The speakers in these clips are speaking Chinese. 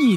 一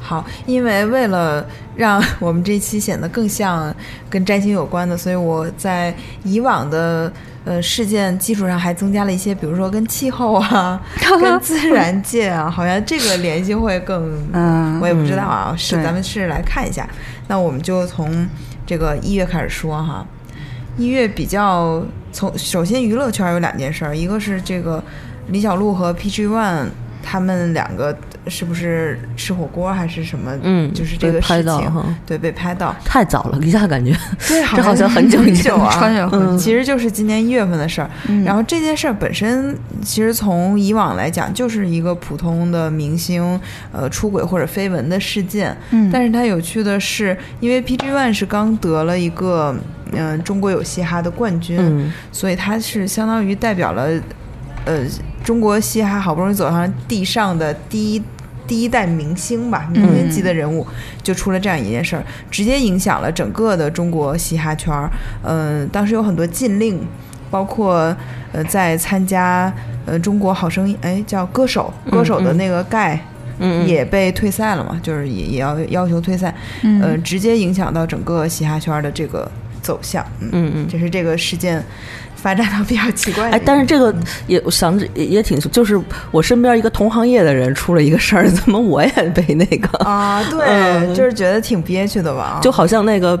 好，因为为了让 我们这一期显得更像跟占星有关的，所以我在以往的呃事件基础上还增加了一些，比如说跟气候啊、跟自然界啊，好像这个联系会更……嗯我也不知道啊，是对咱们是来看一下。那我们就从这个一月开始说哈。一月比较从首先娱乐圈有两件事儿，一个是这个李小璐和 PG One 他们两个是不是吃火锅还是什么？嗯就是这个被拍事到哈情，对，被拍到。太早了，一下感觉对，这好像很久以很前久啊，穿越回去嗯其实就是今年一月份的事儿。嗯然后这件事儿本身，其实从以往来讲，就是一个普通的明星呃出轨或者绯闻的事件。嗯但是它有趣的是，因为 PG One 是刚得了一个嗯、呃中国有嘻哈的冠军，嗯所以他是相当于代表了呃中国嘻哈好不容易走上地上的第一。第一代明星吧，明星级的人物，就出了这样一件事儿，直接影响了整个的中国嘻哈圈儿。嗯、当时有很多禁令，包括呃，在参加呃中国好声音，哎，叫歌手歌手的那个盖、 嗯也被退赛了嘛，就是也也要要求退赛，嗯、呃，直接影响到整个嘻哈圈儿的这个走向。嗯嗯嗯。就是这个事件发展到比较奇怪的哎一，个。但是这个也我想着也也挺，就是我身边一个同行业的人出了一个事儿，怎么我也被那个，啊，对，嗯就是觉得挺憋屈的吧？啊就好像那个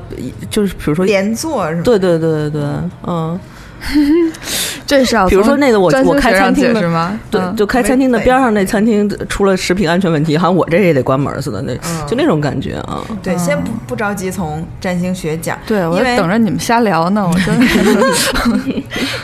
就是比如说，对连坐是吗？对对对对，嗯，这是要比如说从那个我专我心开学餐上厅解的释吗？对，嗯就开餐厅的边上那餐厅出了食品安全问题，好像我这也得关门似的，那嗯就那种感觉啊。对，先不不着急从占星学讲，对，因我为在等着你们瞎聊呢，我 真的是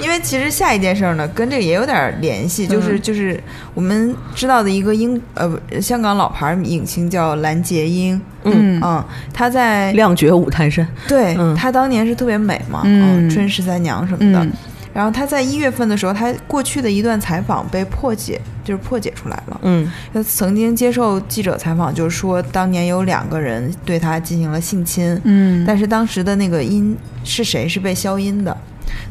因为其实下一件事儿呢，跟这个也有点儿联系，嗯就是、就是我们知道的一个英呃不香港老牌儿影星叫蓝洁瑛，嗯，嗯嗯，她在亮绝五台山，对、嗯她当年是特别美嘛，嗯春十三娘什 么的。嗯然后她在一月份的时候，她过去的一段采访被破解，就是破解出来了。嗯她曾经接受记者采访，就是说当年有两个人对她进行了性侵，嗯，但是当时的那个音是谁是被消音的，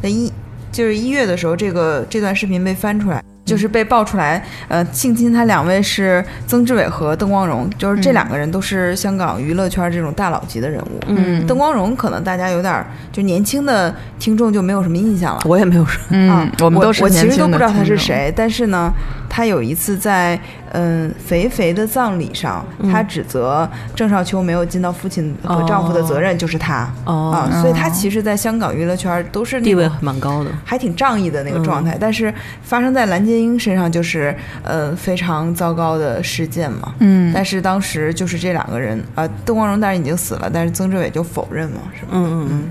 那一就是一月的时候，这个这段视频被翻出来，就是被爆出来，呃，性侵他两位是曾志伟和邓光荣，就是这嗯两个人都是香港娱乐圈这种大佬级的人物。嗯，邓光荣可能大家有点儿，就年轻的听众就没有什么印象了。我也没有说，啊嗯，，我们都是我其年实轻都的不知道他听是众，谁，但是呢，他有一次在嗯肥肥的葬礼上，嗯他指责郑少秋没有尽到父亲和丈夫的责任，就是他、哦嗯啊，所以他其实，在香港娱乐圈都是那地位种蛮高的。还挺仗义的那个状嗯态，但是发生在蓝洁瑛身上就是呃非常糟糕的事件嘛。嗯但是当时就是这两个人，呃，邓光荣当然已经死了，但是曾志伟就否认嘛，是吧？嗯嗯嗯，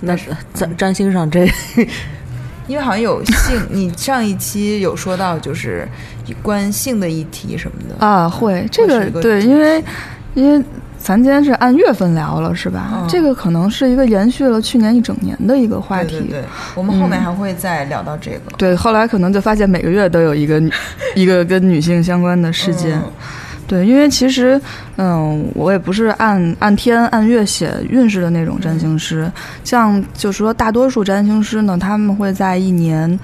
那是占占星上这因为好像有性， 你上一期有说到就是关于性的议题什么的，啊，会这是一个个对，因为因为咱今天是按月份聊了，是吧？嗯这个可能是一个延续了去年一整年的一个话对题。对对，我们后面还会再聊到这个。对后来可能就发现每个月都有一个 女一个跟女性相关的事件。嗯对，因为其实，嗯，我也不是按按天按月写运势的那种占星师，嗯像就是说大多数占星师呢，他们会在一年。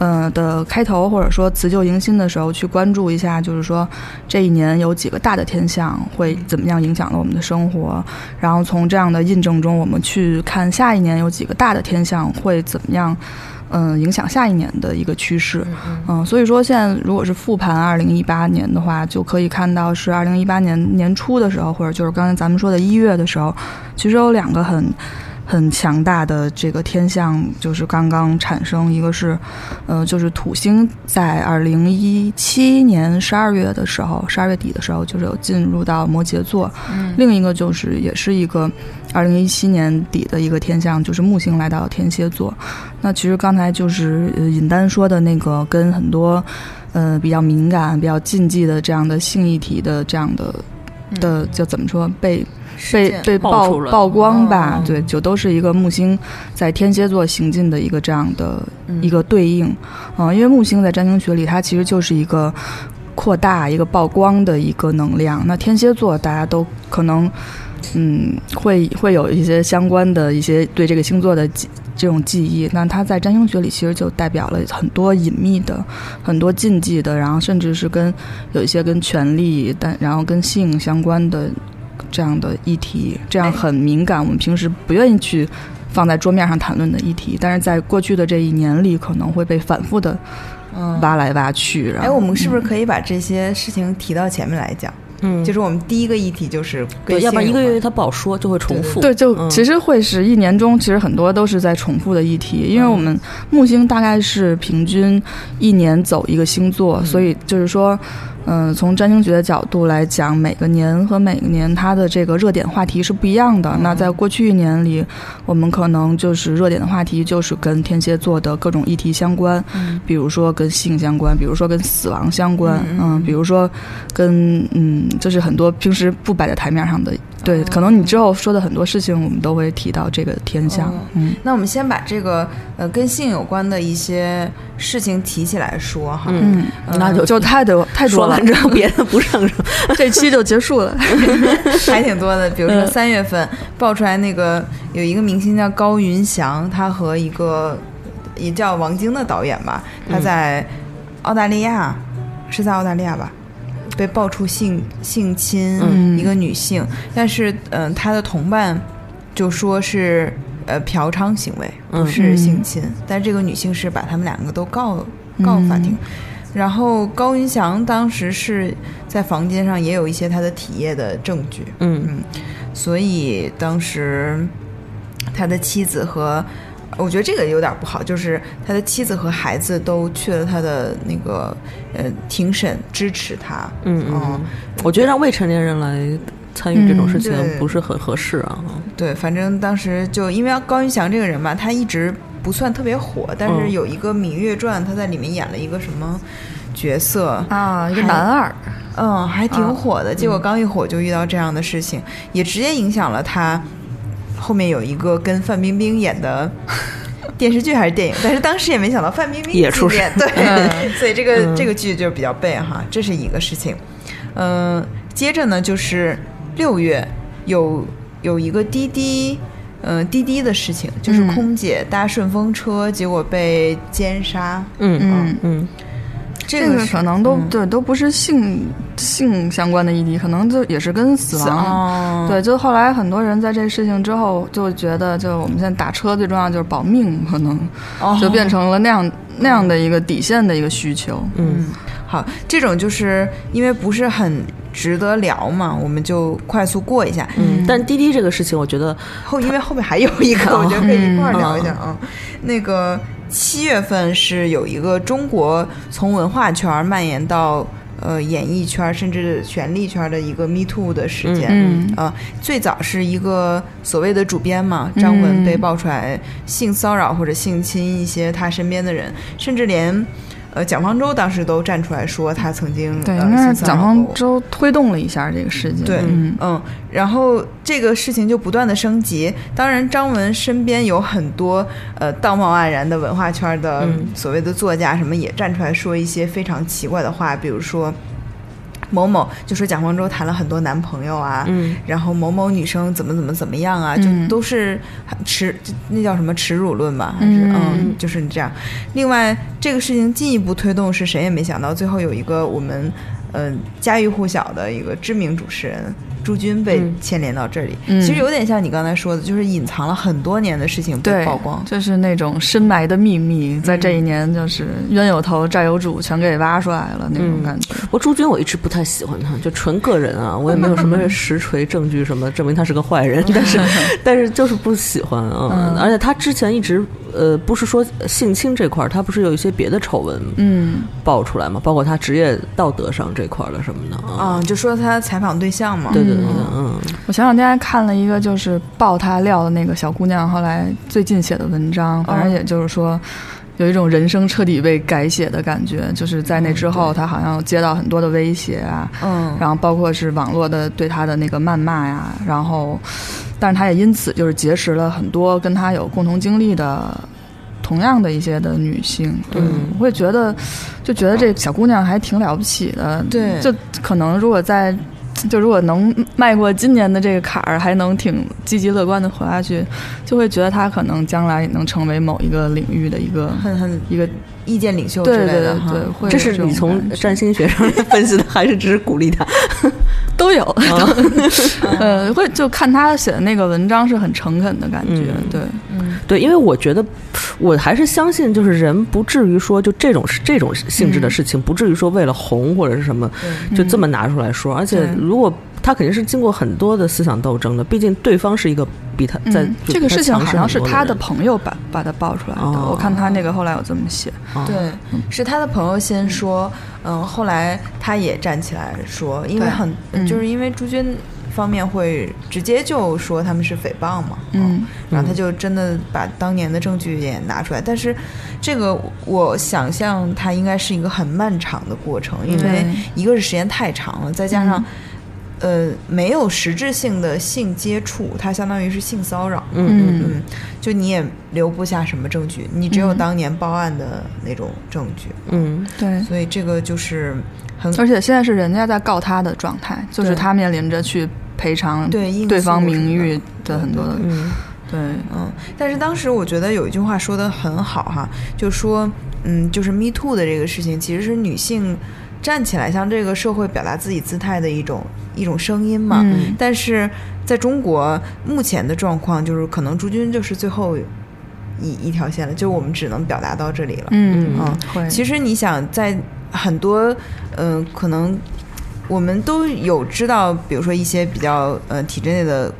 呃的开头，或者说辞旧迎新的时候，去关注一下，就是说这一年有几个大的天象会怎么样影响了我们的生活，然后从这样的印证中，我们去看下一年有几个大的天象会怎么样，嗯、影响下一年的一个趋势。嗯，所以说现在如果是复盘二零一八年的话，就可以看到是二零一八年年初的时候，或者就是刚才咱们说的一月的时候，其实有两个很很强大的这个天象，就是刚刚产生，一个是，呃，就是土星在二零一七年十二月的时候，十二月底的时候，就是有进入到摩羯座，嗯另一个就是也是一个二零一七年底的一个天象，就是木星来到天蝎座，那其实刚才就是呃尹丹说的那个，跟很多呃比较敏感、比较禁忌的这样的性议题的这样的的，就怎么说被被件被嗯爆曝出来曝光吧？哦对，就都是一个木星在天蝎座行进的一个这样的、一个对应啊、因为木星在占星学里，它其实就是一个。扩大一个曝光的一个能量，那天蝎座大家都可能，嗯，会会有一些相关的一些对这个星座的记这种记忆。那它在占星学里其实就代表了很多隐秘的、很多禁忌的，然后甚至是跟有一些跟权力，但然后跟性相关的这样的议题，这样很敏感，我们平时不愿意去。放在桌面上谈论的议题，但是在过去的这一年里，可能会被反复的嗯，挖来挖去。然哎，后，我们是不是可以把这些事情提到前面来讲？嗯就是我们第一个议题就是跟对，要不然性一个有月他不好说，就会重复。对，就嗯其实会是一年中，其实很多都是在重复的议题，因为我嗯们木星大概是平均一年走一个星座，所以就是说，嗯、从占星学的角度来讲，每个年和每个年它的这个热点话题是不一样的。那嗯在过去一年里，我们可能就是热点的话题就是跟天蝎座的各种议题相关，嗯比如说跟性相关，比如说跟死亡相关，嗯，比如说跟嗯，就是很多平时不摆在台面上的，对，可能你之后说的很多事情，我们都会提到这个天象，哦嗯那我们先把这个呃跟性有关的一些事情提起来说哈。嗯嗯，那就就太多太多说了 完，之后别的不剩什么。这期就结束了。 还挺多的。比如说三月份爆出来那个有一个明星叫高云翔，他和一个也叫王晶的导演吧，他在澳大利亚，是在澳大利亚吧？被爆出性性侵嗯一个女性，但是嗯、呃他的同伴就说是呃嫖娼行为，不是性侵。但这个女性是把他们两个都告告法嗯庭。然后高云翔当时是在房间上也有一些他的体液的证据，嗯所以当时他的妻子和我觉得这个有点不好，就是他的妻子和孩子都去了他的那个呃庭审支持他，嗯哦嗯，我觉得让未成年人来参与这种事情嗯对不是很合适啊。对，反正当时就因为高云翔这个人吧，他一直不算特别火，但是嗯有一个《芈月传》，他在里面演了一个什么角色，啊，一个还男哎二，嗯，还挺火的。结果刚一火就遇到这样的事情，也直接影响了他后面有一个跟范冰冰演的电视剧还是电影，但是当时也没想到范冰冰也出自事己演对， 所以这个、这个剧就比较背哈，这是一个事情。嗯、接着呢就是六月有有一个滴滴。嗯、滴滴的事情就是嗯空姐搭顺风车，结果被奸杀。嗯嗯，嗯，这这个个是可能都嗯对，都不是性性相关的议题，可能就也是跟死死亡哦对，就后来很多人在这事情之后就觉得，就我们现在打车最重要就是保命，可能哦就变成了那样那样的一个底线的一个需求。嗯，好，这种就是因为不是很值得聊嘛，我们就快速过一下。嗯，但滴滴这个事情，我觉得后因为后面还有一个，我觉得可以一块儿聊一下嗯啊。那个七月份是有一个中国从文化圈儿蔓延到呃演艺圈儿，甚至权力圈儿的一个 Me Too 的事件。嗯啊，最早是一个所谓的主编嘛，张文嗯被爆出来性骚扰或者性侵一些他身边的人，甚至连呃蒋方舟当时都站出来说他曾经对，呃应该性是骚蒋扰方过舟推动了一下这个事情。对，嗯，嗯，然后这个事情就不断的升级。当然，张文身边有很多呃道貌岸然的文化圈的嗯所谓的作家什么也站出来说一些非常奇怪的话，比如说。某某就说蒋方舟谈了很多男朋友啊，嗯然后某某女生怎么怎么怎么样啊，嗯就都是很耻，就那叫什么耻辱论吧，还是嗯嗯，就是这样。另外，这个事情进一步推动是谁也没想到，最后有一个我们嗯、家喻户晓的一个知名主持人朱军被嗯牵连到这里，嗯其实有点像你刚才说的，就是隐藏了很多年的事情被对曝光，。嗯就是那种深埋的秘密，在这一年就是冤有头债有主，全给挖出来了那嗯种感觉。我朱军我一直不太喜欢他，就纯个人啊，我也没有什么实锤证据什么证明他是个坏人，但 是但是就是不喜欢嗯啊。而且他之前一直呃，不是说性侵这块儿，他不是有一些别的丑闻嗯，爆出来嘛，包括他职业道德上这块儿的什么的啊。啊、就说他采访对象嘛，对对对对，嗯我前两天还看了一个就是爆他料的那个小姑娘，后来最近写的文章，反嗯正也就是说。有一种人生彻底被改写的感觉，就是在那之后，她好像接到很多的威胁啊，嗯，然后包括是网络的对她的那个谩骂呀、然后，但是她也因此就是结识了很多跟她有共同经历的同样的一些的女性，对，嗯我会觉得就觉得这小姑娘还挺了不起的，对就可能如果在。就如果能迈过今年的这个坎儿，还能挺积极乐观的活下去，就会觉得她可能将来也能成为某一个领域的一个 很很一个意见领袖之对类对的哈，对，啊会有嗯这是种你从感觉占星学上 来分析的，还是只是鼓励他？都有， 呃，会就看他写的那个文章是很诚恳的感觉，嗯对，对，因为我觉得，我还是相信，就是人不至于说就这种事这种性嗯质的事情，不至于说为了红或者是什么，就这么拿出来说。而且对，如果他肯定是经过很多的思想斗争的，毕竟对方是一个比他在嗯就这个比他事情强好势像很是多他的人朋友把把他爆出来的，哦我看他那个后来有这么写，嗯啊对，是他的朋友先说，嗯，后来他也站起来说，因为对很、嗯就是因为朱军方面会直接就说他们是诽谤嘛，哦嗯然后他就真的把当年的证据也拿出来，但是这个我想象它应该是一个很漫长的过程，因为对嗯一个是时间太长了，再加上、呃没有实质性的性接触，它相当于是性骚扰，嗯嗯，就你也留不下什么证据，你只有嗯当年报案的那种证据，嗯，对，所以这个就是很而且现在是人家在告他的状态，就是对他面临着去赔偿对应嗯对诉方什么名的誉的很多的，对，嗯，但是当时我觉得有一句话说的很好哈，就说，嗯，就是 Me Too 的这个事情，其实是女性站起来向这个社会表达自己姿态的一种一种声音嘛。嗯但是在中国目前的状况，就是可能朱军就是最后一一条线了，就我们只能表达到这里了。嗯嗯会，其实你想，在很多嗯、呃可能我们都有知道，比如说一些比较呃体制内的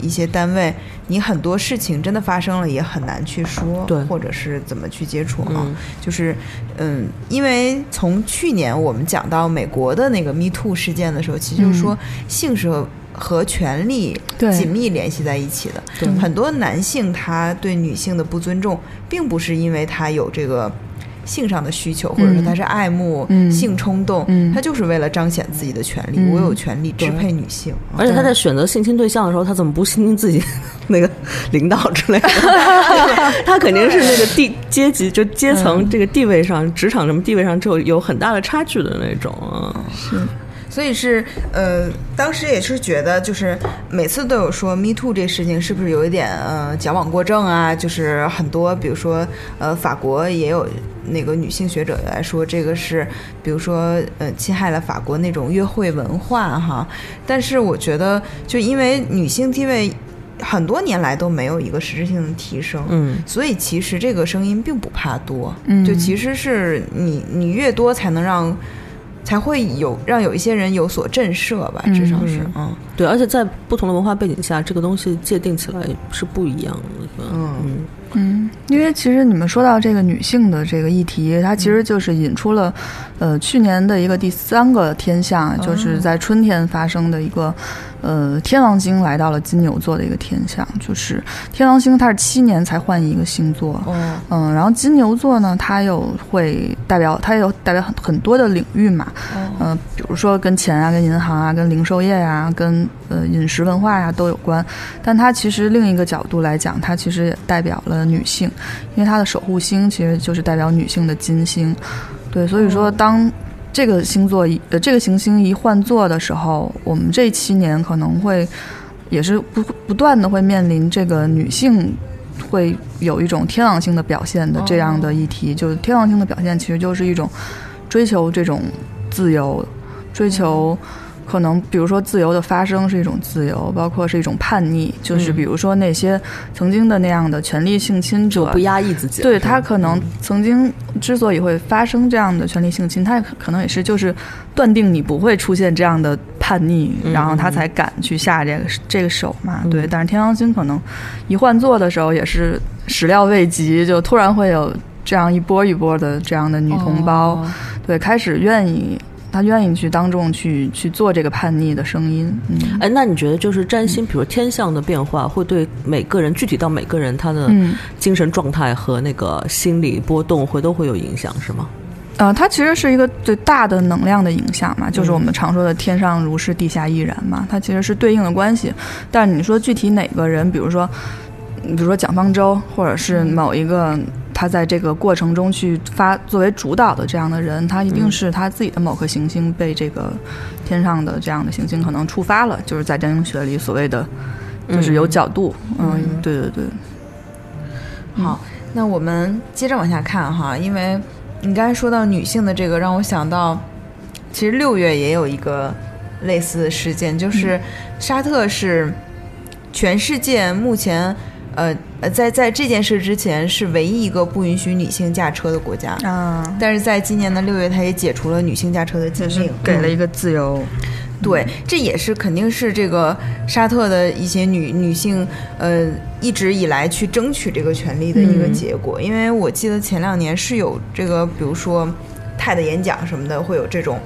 一些单位，你很多事情真的发生了，也很难去说，对或者是怎么去接触啊。嗯就是，嗯，因为从去年我们讲到美国的那个 Me Too 事件的时候，其实嗯就是说性是和和权力对紧密联系在一起的。对很多男性他对女性的不尊重，并不是因为他有这个性上的需求，或者说嗯他是爱慕、嗯性冲动，嗯他就是为了彰显自己的权利，嗯我有权利支对配女性。啊而且他在选择性侵对象的时候，他怎么不性侵自己 那个领导之类的？ 他肯定是那个地阶级就阶嗯层这个地位上，职场什么地位上就有很大的差距的那种啊。所以是，呃，当时也是觉得，就是每次都有说 “me too” 这事情是不是有一点呃矫枉过正啊？就是很多，比如说，呃，法国也有那个女性学者来说，这个是，比如说，呃，侵害了法国那种约会文化哈。但是我觉得，就因为女性地位很多年来都没有一个实质性的提升，嗯，所以其实这个声音并不怕多，嗯就其实是你你越多才能让才会有让有一些人有所震慑吧，嗯至少是嗯对，而且在不同的文化背景下，这个东西界定起来是不一样的。嗯嗯嗯，因为其实你们说到这个女性的这个议题，它其实就是引出了，呃，去年的一个第三个天象，就是在春天发生的一个，呃，天王星来到了金牛座的一个天象，就是天王星它是七年才换一个星座，哦嗯，然后金牛座呢，它又会代表，它有代表很很多的领域嘛，嗯、比如说跟钱啊、跟银行啊、跟零售业呀、跟呃饮食文化呀、都有关。但它其实另一个角度来讲，它其实也代表了女性，因为它的守护星其实就是代表女性的金星。对，所以哦说当这个星座一呃这个行星一换座的时候，我们这七年可能会也是不不断的会面临这个女性会有一种天王星的表现的这样的哦议题，就是天王星的表现其实就是一种追求这种自由，追求。嗯可能比如说自由的发生是一种自由，包括是一种叛逆，就是嗯比如说那些曾经的那样的权力性侵者，不压抑自己，对他可嗯能曾经之所以会发生这样的权力性侵，他也可可能也是就是断定你不会出现这样的叛逆，嗯然后他才敢去下这个这个手嘛。嗯对，但是天狼星可能一换座的时候也是始料未及，就突然会有这样一波一波的这样的女同胞，哦对，开始愿意。她愿意去当众去去做这个叛逆的声音，嗯哎，那你觉得就是占星，比如天象的变化，会对每个人具体到每个人他的嗯，精神状态和那个心理波动会都会有影响，是吗？呃，它其实是一个对大的能量的影响嘛，就是我们常说的“天上如是，地下亦然”嘛，它其实是对应的关系。但是你说具体哪个人，比如说，比如说蒋方舟，或者是某一个他在这个过程中去发作为主导的这样的人，他一定是他自己的某颗行星被这个天上的这样的行星可能触发了，就是在占星学里所谓的就是有角度。嗯，对对对，好，那我们接着往下看哈，因为你刚才说到女性的这个，让我想到，其实六月也有一个类似的事件，就是沙特是全世界目前。呃呃，在在这件事之前，是唯一一个不允许女性驾车的国家。啊，但是在今年的六月，他也解除了女性驾车的禁令，嗯给了一个自由。对，这也是肯定是这个沙特的一些女女性，呃，一直以来去争取这个权利的一嗯个结果。因为我记得前两年是有这个，比如说泰的演讲什么的，会有这种。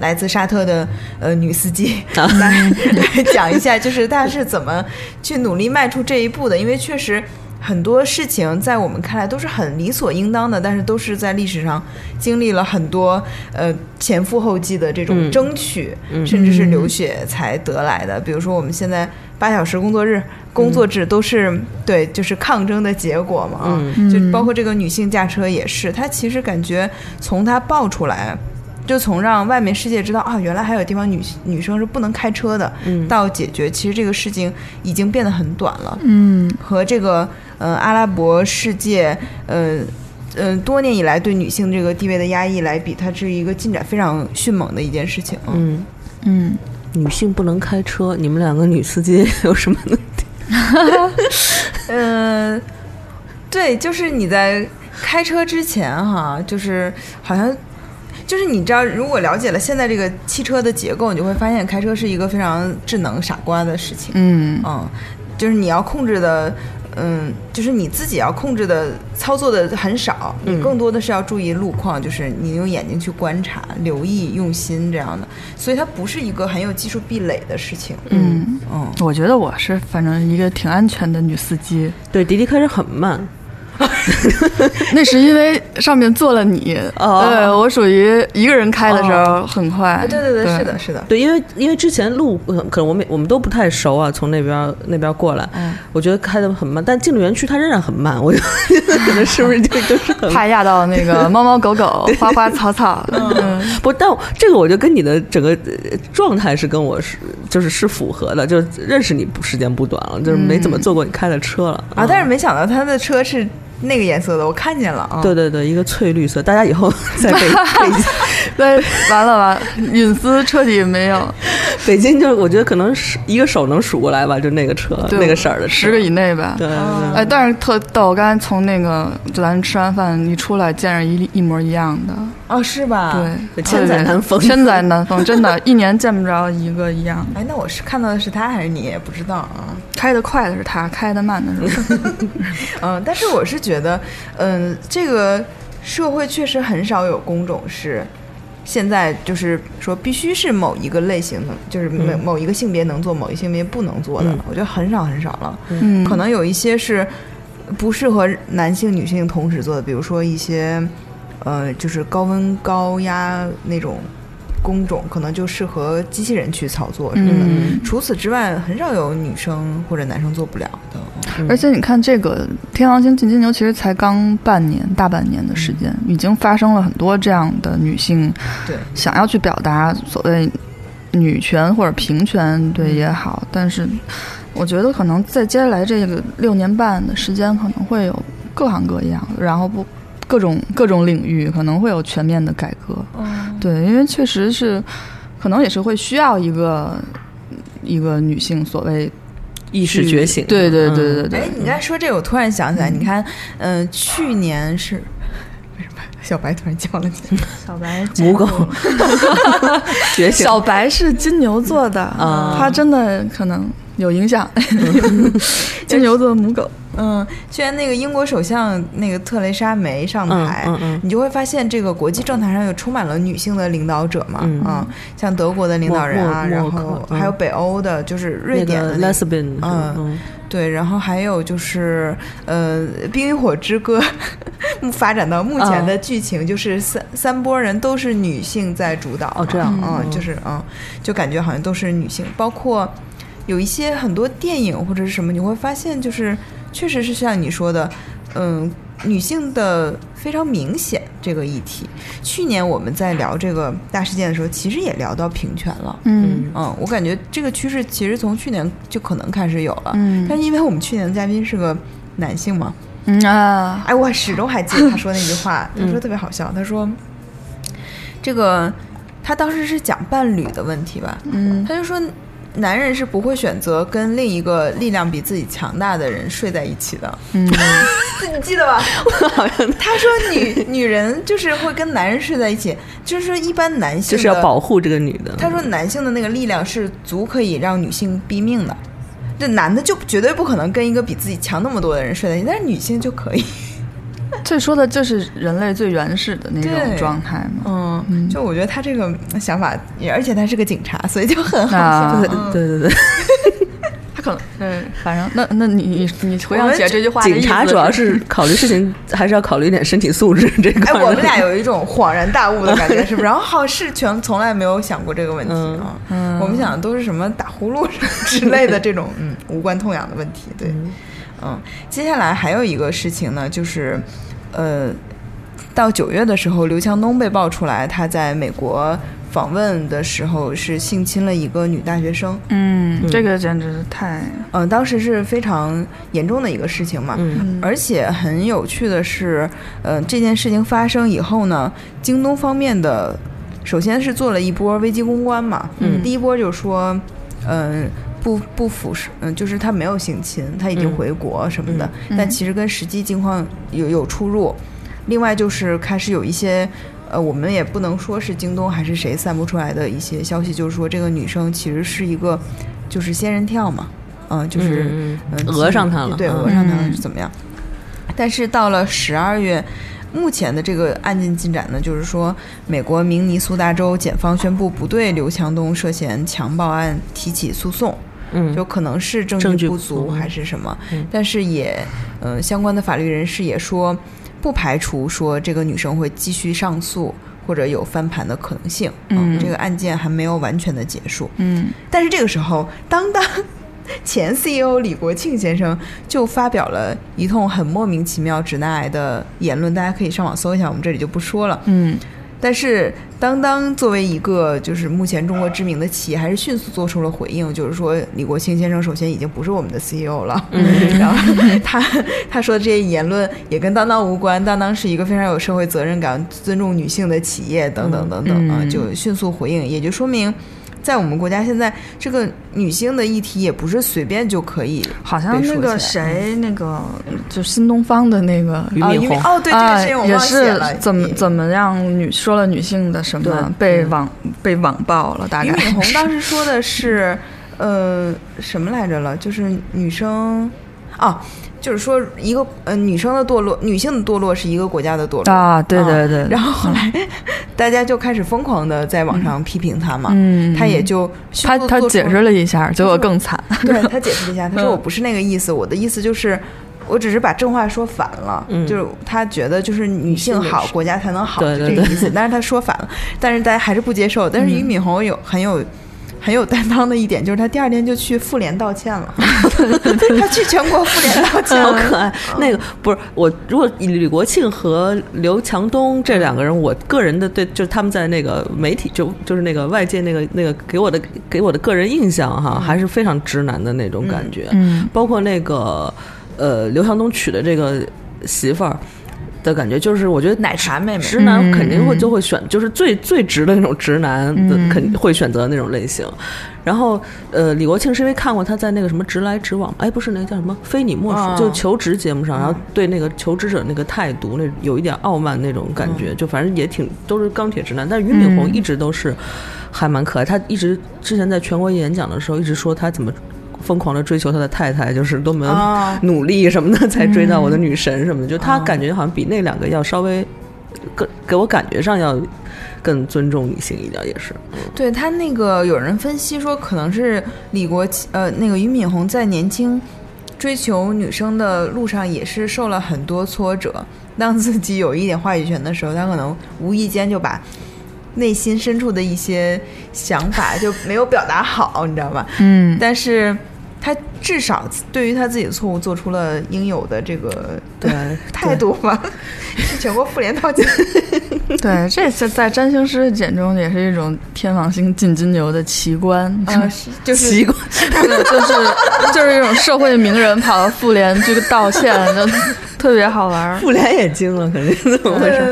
来自沙特的呃女司机啊 来来讲一下，就是她是怎么去努力迈出这一步的，因为确实很多事情在我们看来都是很理所应当的，但是都是在历史上经历了很多呃前赴后继的这种嗯争取，甚至是流血才得来的。比如说我们现在八小时工作日、工作制都是、对，就是抗争的结果嘛，啊嗯就包括这个女性驾车也是，她其实感觉从她爆出来。就从让外面世界知道啊，原来还有地方女女生是不能开车的，到解决，其实这个事情已经变得很短了。嗯，和这个呃阿拉伯世界呃呃多年以来对女性这个地位的压抑来比，它是一个进展非常迅猛的一件事情。嗯，嗯，嗯，女性不能开车，你们两个女司机有什么呢？呃，对，就是你在开车之前哈，就是好像。就是你知道，如果了解了现在这个汽车的结构，你就会发现开车是一个非常智能傻瓜的事情。嗯，嗯，就是你要控制的，嗯，就是你自己要控制的操作的很少，嗯你更多的是要注意路况，就是你用眼睛去观察、留意、用心这样的，所以它不是一个很有技术壁垒的事情。嗯，嗯，我觉得我是反正一个挺安全的女司机，对，迪迪开始很慢， 那是因为上面坐了你，哦对我属于一个人开的时候很快，对对对，是的，是的，对，因为因为之前路呃可能我们我们都不太熟啊，从那边儿那边儿过来，嗯我觉得开的很慢，但进了园区它仍然很慢，我觉得 可能是不是就都是很慢。 怕压到那个猫猫狗狗、花花草草，嗯，不，但我这个我觉得跟你的整个呃状态是跟我是就是是符合的，就是认识你不时间不短了，就是没嗯怎么坐过你开的车了哦啊，但是。是没想到他的车是那个颜色的，我看见了 啊。对对对，一个翠绿色，大家以后 在 北北对，完了完了，隐私彻底没有， 北京，就是我觉得可能是一个手能数过来吧，就那个车对那个色儿的车十个以内吧，对对对，哎，但是特逗，我刚才从那个就咱吃完饭一出来，见着一一模一样的，哦，是吧？。对，啊千载难逢 千载难逢，真的，一年见不着一个一样。哎，那我是看到的是他还是你也不知道啊？开得快的是他，开得慢的是我。 嗯，但是我是觉得，嗯，这个社会确实很少有工种是现在就是说必须是某一个类型能，就是某、嗯某一个性别能做，某一性别不能做的，嗯我觉得很少很少了。嗯，可能有一些是不适合男性、女性同时做的，比如说一些呃，就是高温高压那种工种，可能就适合机器人去操作什么的。嗯除此之外，很少有女生或者男生做不了的。而且你看，这个天狼星进金牛其实才刚半年、大半年的时间，已经发生了很多这样的女性对，想要去表达所谓女权或者平权，对也好，但是我觉得可能在接下来这个六年半的时间，可能会有各行各业，然后不各种各种领域可能会有全面的改革。嗯对，因为确实是，可能也是会需要一个一个女性所谓意识去觉醒，对对对对嗯对哎，你刚才说这个，我突然想起来，你看，嗯，去年是。 为什么小白突然叫 了你？小白母 狗觉醒，小白是金牛座的，啊他真的可能有 影响。金牛座母狗，嗯，虽然那个英国首相那个特蕾莎梅上嗯台，嗯嗯，你就会发现这个国际政坛上又充满了女性的领导者嘛，嗯啊，像德国的领导人默啊，默然默克后嗯还有北欧的，就是瑞典的、那个 lesbian，嗯嗯， 对，然后还有就是呃，《冰与火之歌》 发展到目前嗯的剧情，就是三、三波人都是女性在主导嘛，哦这样嗯，嗯就是嗯，就感觉好像都是女性，包括有一些很多电影或者是什么，你会发现就是确实是像你说的，嗯，女性的非常明显这个议题。去年我们在聊这个大事件的时候，其实也聊到平权了。嗯嗯，我感觉这个趋势其实从去年就可能开始有了，嗯但因为我们去年的嘉宾是个男性嘛，嗯啊，哎，我始终还记得他说那句 话，他嗯说特别好笑，他说这个他当时是讲伴侣的问题吧，嗯他就说男人是不会选择跟另一个力量比自己强大的人睡在一起的，嗯， 你记得吧？他说女女人就是会跟男人睡在一起，就是说一般男性就是要的保护这个女的。他说男性的那个力量是足可以让女性毙命的，这男的就绝对不可能跟一个比自己强那么多的人睡在一起，但是女性就可以。这说的就是人类最原始的那种对状态嘛。嗯，就我觉得他这个想法，也而且他是个警察，所以就很好。啊，嗯对对对，他可能，对，反正那那你你你我回想们起来这句话的警察意思主要是考虑事情，还是要考虑一点身体素质这块 哎，儿的。我们俩有一种恍然大悟的感 觉，是不是？然后好像是全从来没有想过这个问题嗯啊。我们想的都是什么打呼噜什么之类的这种嗯无关痛痒的问题。对，嗯，接下来还有一个事情呢，就是呃，到九月的时候，刘强东被爆出来他在美国访问的时候是性侵了一个女大学生。嗯，这个简直是太嗯、当时是非常严重的一个事情嘛。嗯而且很有趣的是，呃，这件事情发生以后呢，京东方面的首先是做了一波危机公关嘛，嗯第一波就说，嗯、不不腐蚀，嗯、就是他没有性侵，他已经嗯回国什么的，嗯但其实跟实际情况有有出入。另外就是开始有一些，呃，我们也不能说是京东还是谁散布出来的一些消息，就是说这个女生其实是一个，就是仙人跳嘛，嗯，就是嗯呃讹上他了对，嗯讹上他了是怎么样？但是到了十二月，目前的这个案件进展呢，就是说，美国明尼苏达州检方宣布不对刘强东涉嫌强暴案提起诉讼，嗯，就可能是证证据据不不足足还是什么，嗯但是也，呃，相关的法律人士也说，不排除说这个女生会继续上诉。或者有翻盘的可能性，啊嗯这个案件还没有完全的结束，嗯但是这个时候，当当 前 CEO 李国庆先生就发表了一通很莫名其妙直男癌的言论，大家可以上网搜一下，我们这里就不说了。嗯但是当当作为一个就是目前中国知名的企业，还是迅速做出了回应，就是说李国庆先生首先已经不是我们的 CEO 了，嗯，然后他他说的这些言论也跟当当无关，当当是一个非常有社会责任感、尊重女性的企业等等等等、啊，嗯就迅速回应，也就说明。在我们国家，现在这个女性的议题也不是随便就可以，好像那个谁，那个就新东方的那个俞啊，敏因为洪，哦，对，这个啊事情我也嗯忘写是了，怎么你怎么样女说了女性的什对么被网被网暴了，大俞概敏洪是当时说的是，呃，什么来着了？就是女生，啊，就是说一个呃女生的堕落，女性的堕落是一个国家的堕落。 啊，对对对，然后后来，大家就开始疯狂的在网上批评他嘛，嗯他也就迅他速他做出解释了一下，结果更 惨。 对他解释了一下，他说嗯我不是那个意思，我的意思就是。我只是把正话说反了，嗯就是他觉得就是女性好，国家才能好，对就对这个对嗯意思。但是他说反了，但是大家还是不接受。但是俞敏洪有很有很有担当的一点，就是他第二天就去妇联道 歉了，他去全国妇联道歉好了。可爱。啊嗯那个不是我，如果以李国庆和刘强东这两个人，我个人的对，就是他们在那个媒体，就就是那个外界那个那个给我的给我的个人印象哈，还是非常直男的那种感觉。嗯包括那个呃刘强东娶的这个媳妇儿的感觉，就是我觉得奶茶妹妹直男嗯肯定会嗯就会选，就是最最直的那种直男的嗯肯定会选择那种类型。然后呃，李国庆是因为看过他在那个什么直来直往，哎，不是那个叫什么非你莫属，哦啊就求职节嗯目上，然后对那个求职者那个态度，那有一点傲慢那种感觉，就反正也挺都是钢铁直男，但是俞敏洪嗯一直都是。还蛮可爱。他一直之前在全国演讲的时候，一直说他怎么疯狂的追求他的太太，就是多哦么努力什么的，才追到我的女神什么的。就哦他感觉好像比那两个要稍微更给我感觉上要更尊重女性一点，也是。对他那个有人分析说，可能是李国庆呃那个俞敏洪在年轻追求女生的路上也是受了很多挫折，当自己有一点话语权的时候，他可能无意间就把。内心深处的一些想法就没有表达好，你知道吧？嗯，但是他至少对于他自己的错误做出了应有的这个对 态度吧。全国妇联道歉。对，这次在占星师的眼中也是一种天王星进金牛的奇观， 啊，是 就是习惯对，嗯就是就是一种社会名人跑到妇联去道歉，就特别好玩儿。妇联也惊了，肯定怎么回对对事？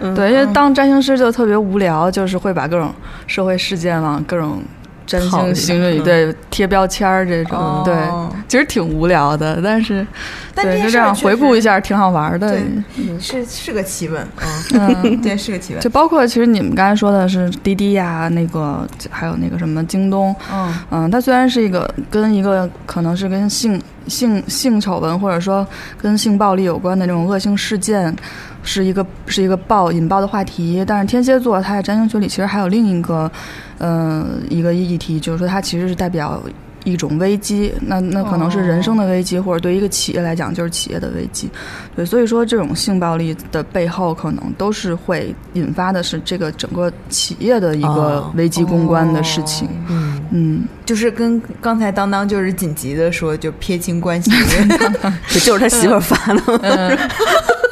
对对，对，因为当占星师就特别无聊，就是会把各种社会事件往各种占套星里星里嗯对贴标签儿这种，哦嗯对，其实挺无聊的，但是但对件就事这儿样确回实顾一下儿挺好玩儿的对。，嗯是是个奇闻，啊嗯，对，是个奇闻。就包括其实你们刚才说的是滴滴呀、那个还有那个什么京东，嗯，嗯，它虽然是一个跟一个可能是跟性性性丑闻或者说跟性暴力有关的这种恶性事件，是一个是一个爆引爆的话题，但是天蝎座它在占星学里其实还有另一个，呃，一个议题，就是说它其实是代表。一种危机，那那可能是人生的危机，或者对一个企业来讲就是企业的危机，对，所以说这种性暴力的背后，可能都是会引发的是这个整个企业的一个哦危 机公关的事情，嗯，嗯。哦就是跟刚才当当就是紧急的说，就撇清关 系，迅这就是他媳妇儿发的。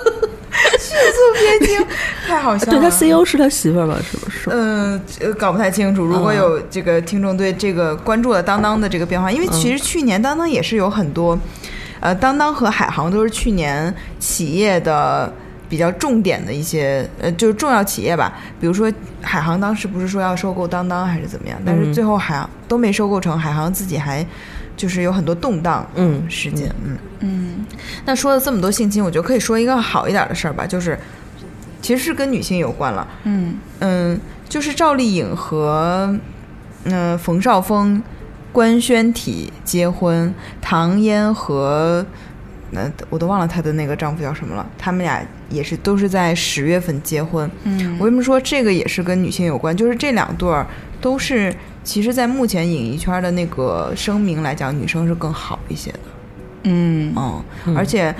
速撇清，太好笑了。对他 CEO 是他媳妇儿吧？嗯是不是？嗯，呃，搞不太清楚。如果有这个听众对这个关注了当当的这个变化，因为嗯其实去年当当也是有很多，呃，当当和海航都是去年企业的比较重点的一些，呃，就是重要企业吧。比如说海航当时不是说要收购当当还是怎么样，但嗯是最后海航都没收购成，海航自己还就是有很多动荡，嗯时间，嗯。嗯那说了这么多性侵，我觉得可以说一个好一点的事儿吧，就是其实是跟女性有关了。嗯呃嗯，就是赵丽颖和嗯、冯绍峰官宣体结婚，唐嫣和那、我都忘了她的那个丈夫叫什么了，他们俩也是都是在十月份结婚。嗯我为什么说这个也是跟女性有关？就是这两对儿都是，其实，在目前影艺圈的那个声明来讲，女生是更好一些的。嗯嗯，而且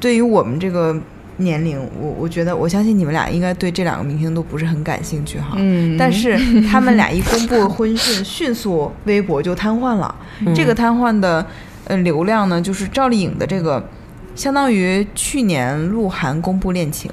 对于我们这个年龄，我我觉得我相信你们俩应该对这两个明星都不是很感兴趣哈。嗯但是他们俩一公布婚讯，迅速微博就瘫痪了。嗯这个瘫痪的呃流量呢，就是赵丽颖的这个，相当于去年鹿晗公布恋情，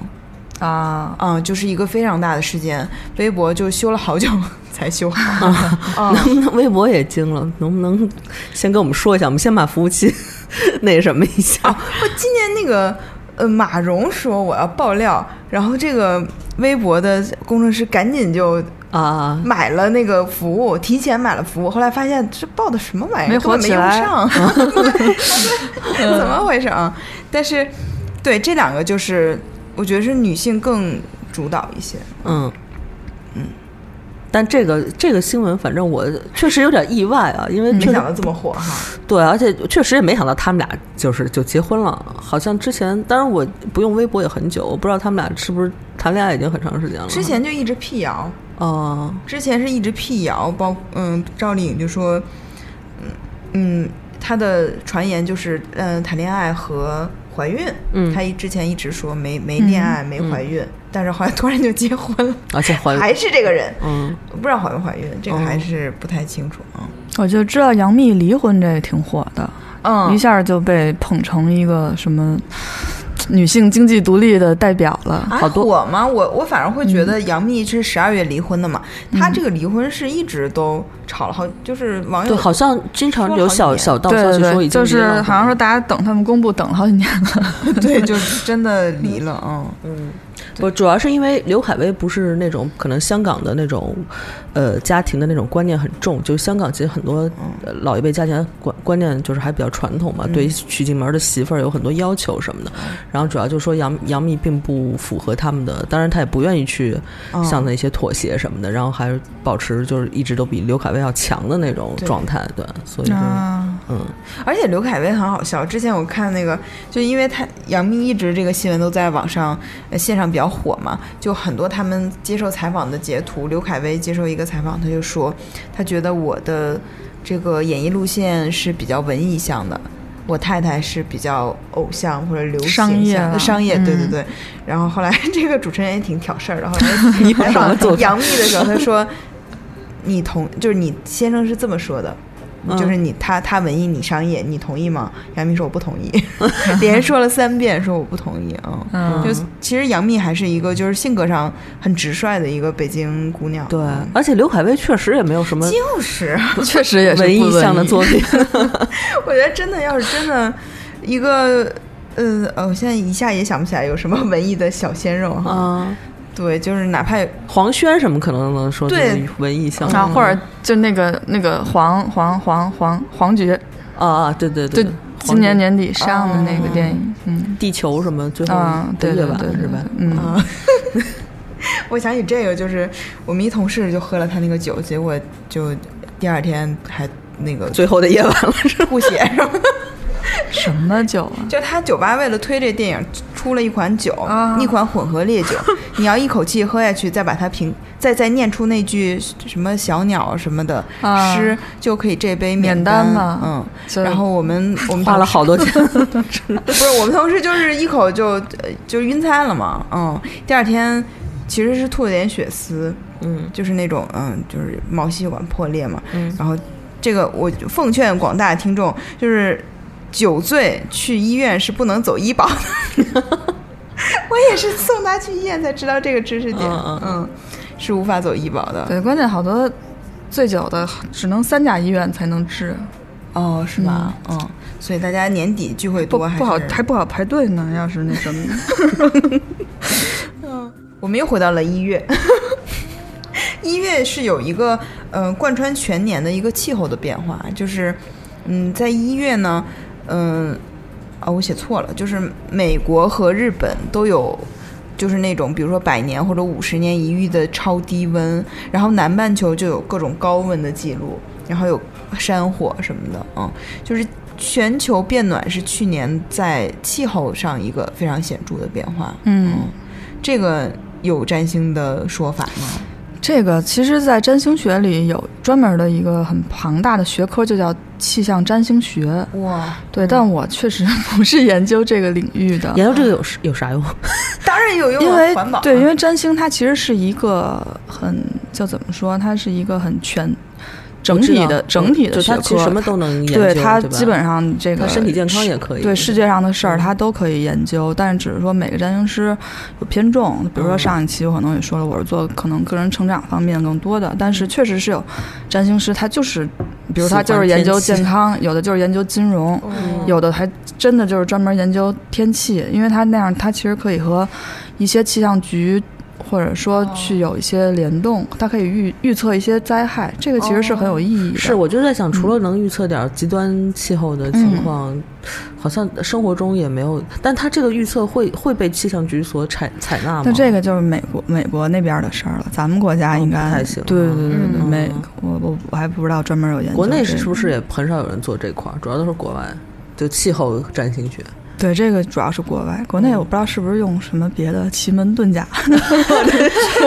啊，嗯，就是一个非常大的事件，微博就修了好久才修 好。嗯能不能微博也惊了？能不能先跟我们说一下？我们先把服务器 那什么一下。我哦今年那个呃马蓉说我要爆料，然后这个微博的工程师赶紧就啊，买了那个服务，提前买了服务，后来发现这报的什么玩意儿，没根火本没起用来 上， 怎么回事啊？但是对这两个就是，我觉得是女性更主导一些。嗯，但这个这个新闻，反正我确实有点意外啊，因为嗯没确实想到这么火哈，对，而且确实也没想到他们俩就是就结婚了。好像之前，当然我不用微博也很久，我不知道他们俩是不是谈恋爱已经很长时间了。之前就一直辟谣，哦、之前是一直辟谣，包嗯，赵丽颖就说，嗯嗯，她的传言就是，嗯、谈恋爱和怀孕，嗯她一之前一直说没没恋嗯爱、没怀孕，但是后来突然就结婚了，而且呃怀还是这个人，嗯不知道怀没怀孕，这个哦还是不太清楚啊。我就知道杨幂离婚这个挺火的，嗯一下就被捧成一个什么女性经济独立的代表了。啊好多嗯火吗？我我反而会觉得杨幂是十二月离婚的嘛，她这个离婚是一直都吵了好，就是网友对，好像经常有哎说了好小几年小道对消对息说对，已经就是离了好像说大家等他们公布等了好几年了。对，就是真的离了，嗯。不，主要是因为刘恺威不是那种可能香港的那种，呃，家庭的那种观念很重，就是香港其实很多、呃老一辈家庭观观念就是还比较传统嘛，对于娶进门的媳妇儿有很多要求什么的。然后主要就说杨杨幂并不符合他们的，当然她也不愿意去向那些妥协什么的，然后还保持就是一直都比刘恺威要强的那种对状态，对，所以就、啊，嗯而且刘恺威很好笑，之前我看那个，就因为他杨幂一直这个新闻都在网上、呃、线上比较火嘛，就很多他们接受采访的截图，刘恺威接受一个采访，他就说他觉得我的这个演艺路线是比较文艺向的。我太太是比较偶像或者流行商业向了商业，对对对。然后后来这个主持人也挺挑事儿的，然后来采访杨幂的时候，他说：“你同就是你先生是这么说的，嗯就是你他他文艺你商业，你同意吗？杨幂说我不同意， 连说了三遍说我不同意啊。嗯就其实杨幂还是一个就是性格上很直率的一个北京姑娘，对，而且刘恺威确实也没有什么就是确实也是文不艺嗯向的嗯文艺作品， 我觉得真的要是真的一个。呃，呃我现在一下也想不起来有什么文艺的小鲜肉哈。啊。对，就是哪怕黄轩什么可能能说对就是文艺向啊，或者就那个那个黄黄黄黄黄觉，啊啊，对对就对，今年年底上的那个电影，嗯地球什么最后啊，对的对夜对晚对，是吧？啊嗯，我想起这个，就是我们一同事就喝了他那个酒，结果就第二天还那个最后的夜晚了，吐血，然后什么酒啊？就他酒吧为了推这电影，出了一款酒，啊一款混合烈 酒，你要一口气喝下去，再把它平，再再念出那句什么小鸟什么的啊诗，就可以这杯免单单了嗯，就是然后 我们我们花了好多钱， 不是我们同事就是一口就呃就晕餐了嘛，嗯，第二天其实是吐了点血丝，嗯，就是那种嗯，就是毛细管破裂嘛，嗯，然后这个我就奉劝广大听众，就是酒醉去医院是不能走医保的。 我也是送他去医院才知道这个知识点，嗯嗯嗯，是无法走医保的。对，关键好多醉酒的只能三甲医院才能治，哦，是吗？嗯，所以大家年底聚会不多还不好是还不好排队呢。要是那什么，我们又回到了一月。 一月是有一个嗯、呃贯穿全年的一个气候的变化，就是嗯在一月呢，嗯、啊我写错了，就是美国和日本都有。就是那种，比如说百年或者五十年一遇的超低温，然后南半球就有各种高温的记录，然后有山火什么的，嗯，就是全球变暖是去年在气候上一个非常显著的变化， 嗯，这个有占星的说法吗？这个其实，在占星学里有专门的一个很庞大的学科，就叫气象占星学。哇，对，但我确实 不是研究这个领域的，嗯研究这个有有啥用？当然有用啊，因为环保啊对，因为占星它其实是一个很叫怎么说，它是一个很全 整体的整体的就学它其科，实什么都能研究，对对它吧基本上这它个身体健康也可以，对世界上的事儿，他都可以研究，但是只是说每个占星师有偏重。比如嗯说上一期我可能也说了，我是做可能个人成长方面更多的，但是确实是有占星师，他就是，比如喜他欢就是研究天气健康，有的就是研究金融，哦有的还真的就是专门研究天气，因为他那样，他其实可以和一些气象局。或者哦说去有一些联动，它可以预预测一些灾害，这个其实是很有意义的。哦是，我就在想，嗯除了能预测点儿极端气候的情况，好像生活中也没有。但它这个预测会会被气象局所采采纳吗？但这个就是美国美国那边的事儿了，咱们国家啊哦应不该、太行对对对对对，嗯没我我我还不知道专门有研究这个。国内是是不是也很少有人做这块儿？主要都是国外，就气候占星学。对这个主要是国外，国内我不知道是不是用什么别的奇门 遁甲，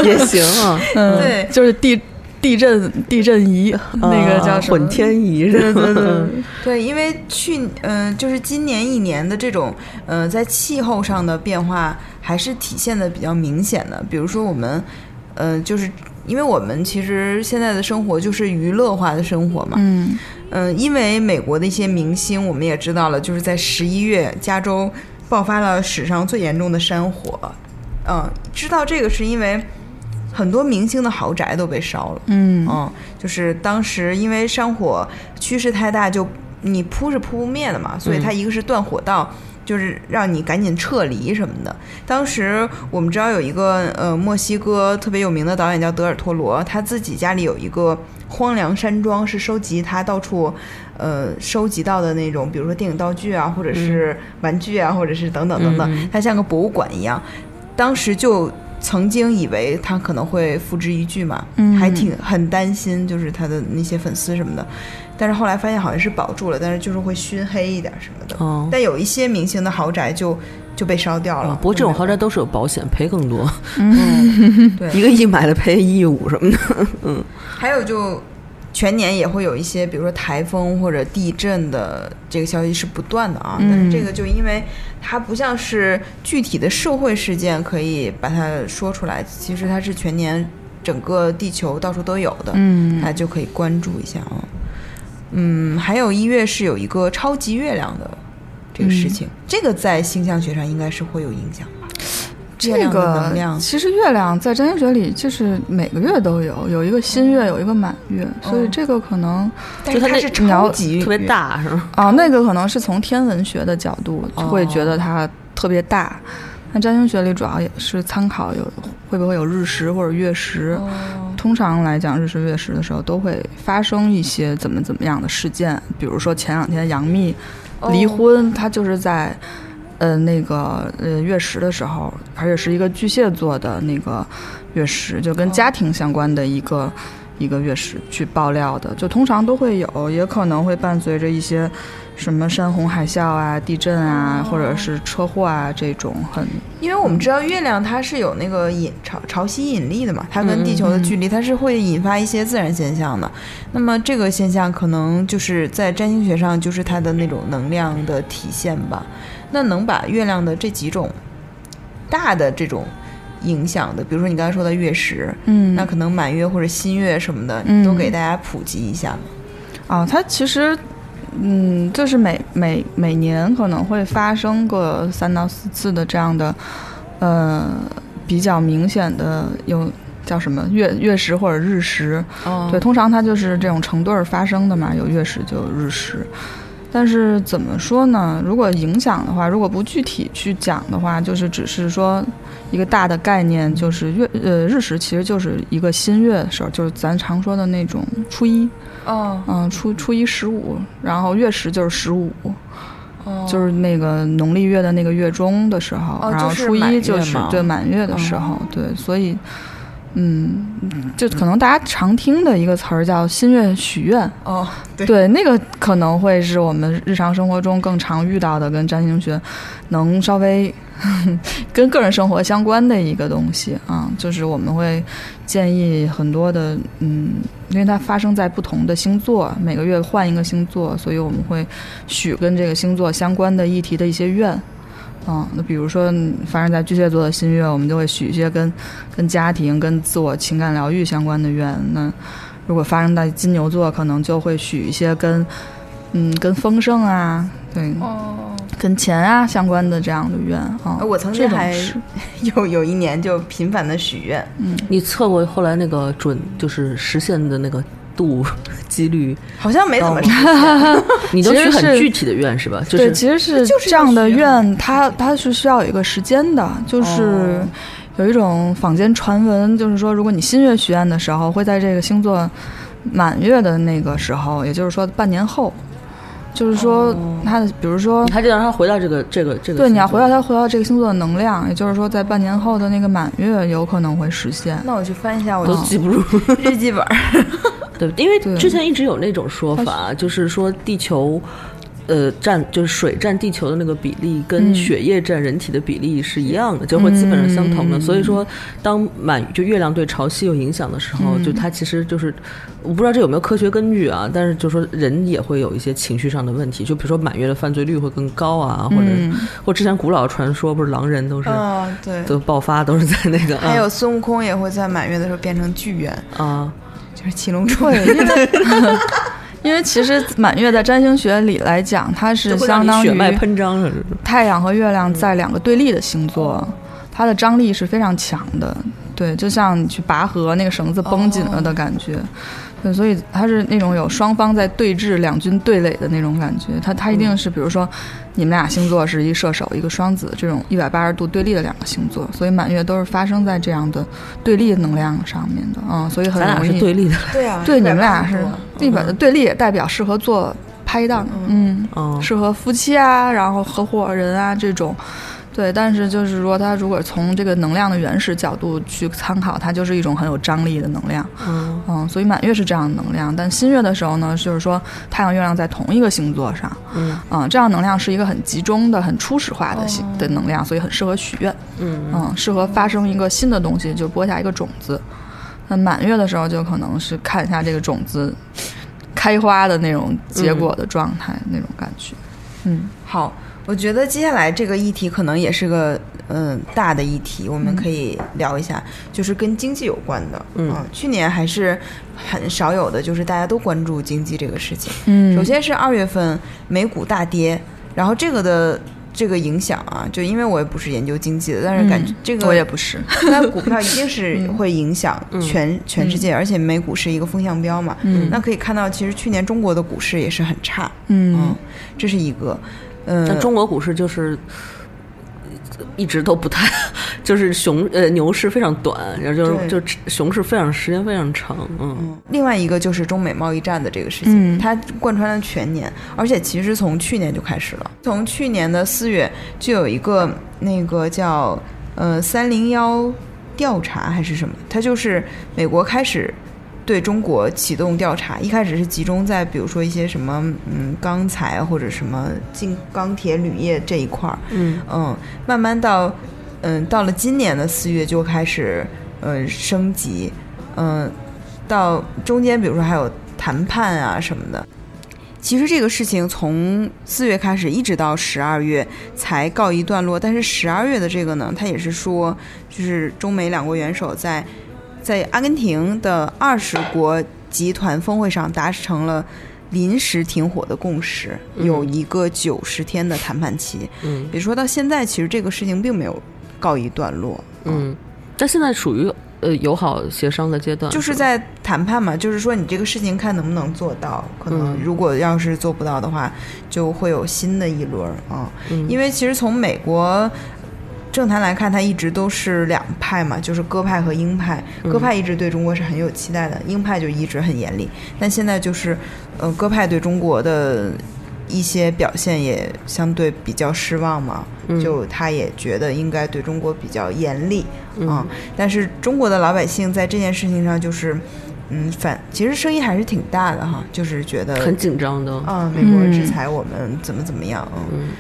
也行啊，嗯，对就是地地震地震仪、那个叫什么啊混天仪对是吧？对 对对，对，因为去嗯、就是今年一年的这种呃，在气候上的变化还是体现的比较明显的。比如说我们，呃，就是因为我们其实现在的生活就是娱乐化的生活嘛，嗯，嗯、因为美国的一些明星，我们也知道了，就是在十一月，加州爆发了史上最严重的山火。嗯、知道这个是因为很多明星的豪宅都被烧了。嗯哦嗯，就是当时因为山火趋势太大，就你扑是扑不灭的嘛，所以它一个是断火道。就是让你赶紧撤离什么的。当时我们知道有一个呃墨西哥特别有名的导演叫德尔托罗，他自己家里有一个荒凉山庄，是收集他到处呃收集到的那种，比如说电影道具啊，或者是玩具啊，或者是等等等等，它像个博物馆一样。当时就曾经以为他可能会付之一炬嘛，嗯还挺很担心，就是他的那些粉丝什么的。但是后来发现好像是保住了，但是就是会熏黑一点什么的。哦。但有一些明星的豪宅就就被烧掉了。啊不过这种就豪没有宅都是有保险，赔更多，对一个亿买的赔一亿五什么的。还有就全年也会有一些，比如说台风或者地震的这个消息是不断的啊。但是这个就因为它不像是具体的社会事件可以把它说出来，其实它是全年整个地球到处都有的，嗯大家就可以关注一下啊。嗯，还有一月是有一个超级月亮的这个事情，这个在星象学上应该是会有影响吧？月这亮的个能量其实月亮在占星学里就是每个月都有，有一个新月，有一个满月，所哦以嗯这个可能但是就它它那是你要超级特别月大是吗？啊，那个可能是从天文学的角度哦会觉得它特别大。那占星学里主要也是参考有会不会有日食或者月食。通常来讲，日食月食的时候都会发生一些怎么怎么样的事件，比如说前两天杨幂离婚，她就是在呃那个呃月食的时候，而且是一个巨蟹座的那个月食，就跟家庭相关的一个、一个月食去爆料的，就通常都会有，也可能会伴随着一些什么山洪海啸啊、地震啊，或者是车祸啊这种很因为我们知道月亮它是有那个引潮潮汐引力的嘛，它跟地球的距离它是会引发一些自然现象的。那么这个现象可能就是在占星学上就是它的那种能量的体现吧。那能把月亮的这几种大的这种影响的，比如说你刚才说的月食，嗯那可能满月或者新月什么的，嗯都给大家普及一下嘛。啊，它其实。嗯，就是每每每年可能会发生个三到四次的这样的，呃，比较明显的有叫什么月月食或者日食，哦对，通常它就是这种成对儿发生的嘛，有月食就有日食。但是怎么说呢？如果影响的话，如果不具体去讲的话，就是只是说一个大的概念，就是月呃日食其实就是一个新月的时候，就是咱常说的那种初一，哦嗯、初初一十五，然后月食就是十五、哦就是那个农历月的那个月中的时候，哦然就后是初满月哦一就是嘛对满月的时候，对，所以嗯，就可能大家常听的一个词儿叫新月许愿，哦，对对，那个可能会是我们日常生活中更常遇到的，跟占星学能稍微 跟个人生活相关的一个东西啊，就是我们会建议很多的，嗯，因为它发生在不同的星座，每个月换一个星座，所以我们会许跟这个星座相关的议题的一些愿。嗯，那比如说嗯发生在巨蟹座的新月，我们就会许一些跟跟家庭、跟自我情感疗愈相关的愿。那如果发生在金牛座，可能就会许一些跟嗯跟丰盛啊，对，跟钱啊相关的这样的愿啊。哦呃我曾这经种还是有有一年就频繁的许愿，你测过后来那个准就是实现的那个度几率，好像没怎么到实现你都其许实很是具体的愿是吧？就对，是其实是就是这样的要学愿，它它是需要有一个时间的，就是哦有一种坊间传闻，就是说，如果你新月许愿的时候，会在这个星座满月的那个时候，也就是说半年后，就是说它的，比如说哦你。还得让他回到这个这个这个星座。对，你要回到它回到这个星座的能量，也就是说，在半年后的那个满月有可能会实现。那我去翻一下我都的记不住，日记本儿。对，因为对之前一直有那种说法，就是说地球，呃，占就是水占地球的那个比例跟嗯血液占人体的比例是一样的，就会基本上相嗯同的。所以说，当满就月亮对潮汐有影响的时候，嗯就它其实就是，我不知道这有没有科学根据啊，但是就说人也会有一些情绪上的问题，就比如说满月的犯罪率会更高啊，或者、嗯或之前古老传说不是狼人都是。嗯，对。都爆发都是在那个，还有孙悟空也会在满月的时候变成巨猿，啊啊，就是七龙珠。对，因为 因为其实满月在占星学里来讲，它是就会让相你当于血脉喷张了，太阳和月亮嗯在两个对立的星哦座，它的张力是非常强的。对，就像你去拔河，那个绳子绷紧哦了的感觉。对，所以它是那种有双方在对峙、两军对垒的那种感觉。它它一嗯定是，比如说你们俩星座是一射手、一个双子这种一百八十度对立的两个星座，所以满月都是发生在这样的对立能量上面的。嗯，所以很咱俩容是易。对立的，对 啊，对，你们俩180是度对本的对立也代表适合做拍档。嗯 嗯，适合夫妻啊，然后合伙人啊这种。对，但是就是说，它如果从这个能量的原始角度去参考，它就是一种很有张力的能量。嗯嗯，所以满月是这样的能量，但新月的时候呢，就是说太阳、月亮在同一个星座上。嗯哦嗯，这样能量是一个很集中的、很初始化的星的能量，所以很适合许愿。嗯嗯，适合发生一个新的东西，就播下一个种子。那满月的时候，就可能是看一下这个种子开花的那种结果的状态，那种感觉。好，我觉得接下来这个议题可能也是个嗯、呃大的议题，我们可以聊一下，就是跟经济有关的。嗯啊去年还是很少有的，就是大家都关注经济这个事情。嗯首先是二月份美股大跌，然后这个的。这个影响啊，就因为我也不是研究经济的，但是感觉嗯这个我也不是， 嗯那股票一定 是会影响全、全世界，而且美股是一个风向标嘛。嗯那可以看到，其实去年中国的股市也是很差。嗯，这是一个。嗯、但中国股市就是呃一直都不太， 就是熊呃牛市非常短，然后就是对就是熊市非常时间非常长，嗯，另外一个就是中美贸易战的这个事情，它贯穿了全年，而且其实从去年就开始了，从去年的四月就有一个那个叫呃三零幺调查还是什么，它就是美国开始。对中国启动调查，一开始是集中在比如说一些什么嗯钢材或者什么进钢铁铝业这一块儿，嗯慢慢到嗯到了今年的四月就开始呃升级，嗯、到中间，比如说还有谈判啊什么的。其实这个事情从四月开始，一直到十二月才告一段落。但是十二月的这个呢，它也是说，就是中美两国元首在在阿根廷的二十国集团峰会上达成了临时停火的共识，有一个九十天的谈判期。嗯也说到现在，其实这个事情并没有告一段落。嗯，但现在属于呃友好协商的阶段，就是吧在谈判嘛，就是说你这个事情看能不能做到，可能嗯如果要是做不到的话，就会有新的一轮儿啊。嗯因为其实从美国政坛来看，它一直都是两派嘛，就是鸽派和鹰派。嗯鸽派一直对中国是很有期待的，鹰派就一直很严厉。但现在就是，呃，鸽派对中国的一些表现也相对比较失望嘛，嗯就他也觉得应该对中国比较严厉嗯啊、但是中国的老百姓在这件事情上就是，嗯，反其实声音还是挺大的哈，就是觉得很紧张的，啊，美国人制嗯裁我们怎么怎么样，嗯，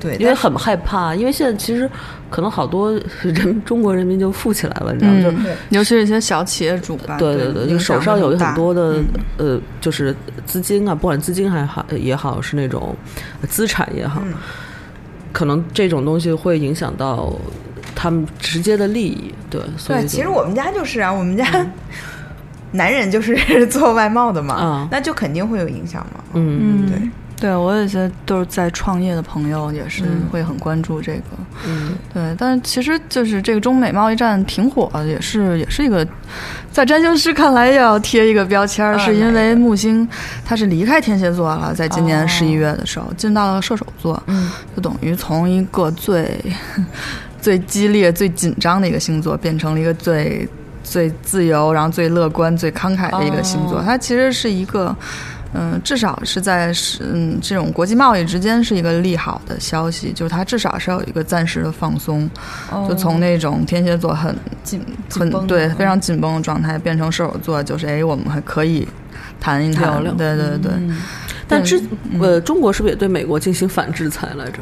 对，因为很害怕，因为现在其实可能好多人中国人民就富起来了，你知道吗？就对尤其是一些小企业主吧，对对对，就啊影响手上会有大很多的、呃，就是资金啊，不管资金还好也好，是那种资产也好，可能这种东西会影响到他们直接的利益。对，嗯所以对，就其实我们家就是啊，我们家 男人就是 做外贸的嘛啊，那就肯定会有影响嘛。嗯嗯，对对，我有一些都是在创业的朋友，也是会很关注这个。嗯对，但是其实就是这个中美贸易战平火，也是也是一个，在占星师看来要贴一个标签儿，啊是因为木星它是离开天蝎座了，在今哦年十一月的时候进到了射手座，嗯就等于从一个最 最激烈、最紧张的一个星座，变成了一个最最自由，然后最乐观、最慷慨的一个星座。哦它其实是一个，嗯、至少是在是嗯这种国际贸易之间是一个利好的消息，就是它至少是要有一个暂时的放松，就从那种天蝎座很紧很哦绷的对嗯非常紧绷的状态，变成射手座，就是哎我们还可以谈一聊谈，聊对对对。嗯但之呃，中国是不是也对美国进行反制裁来着？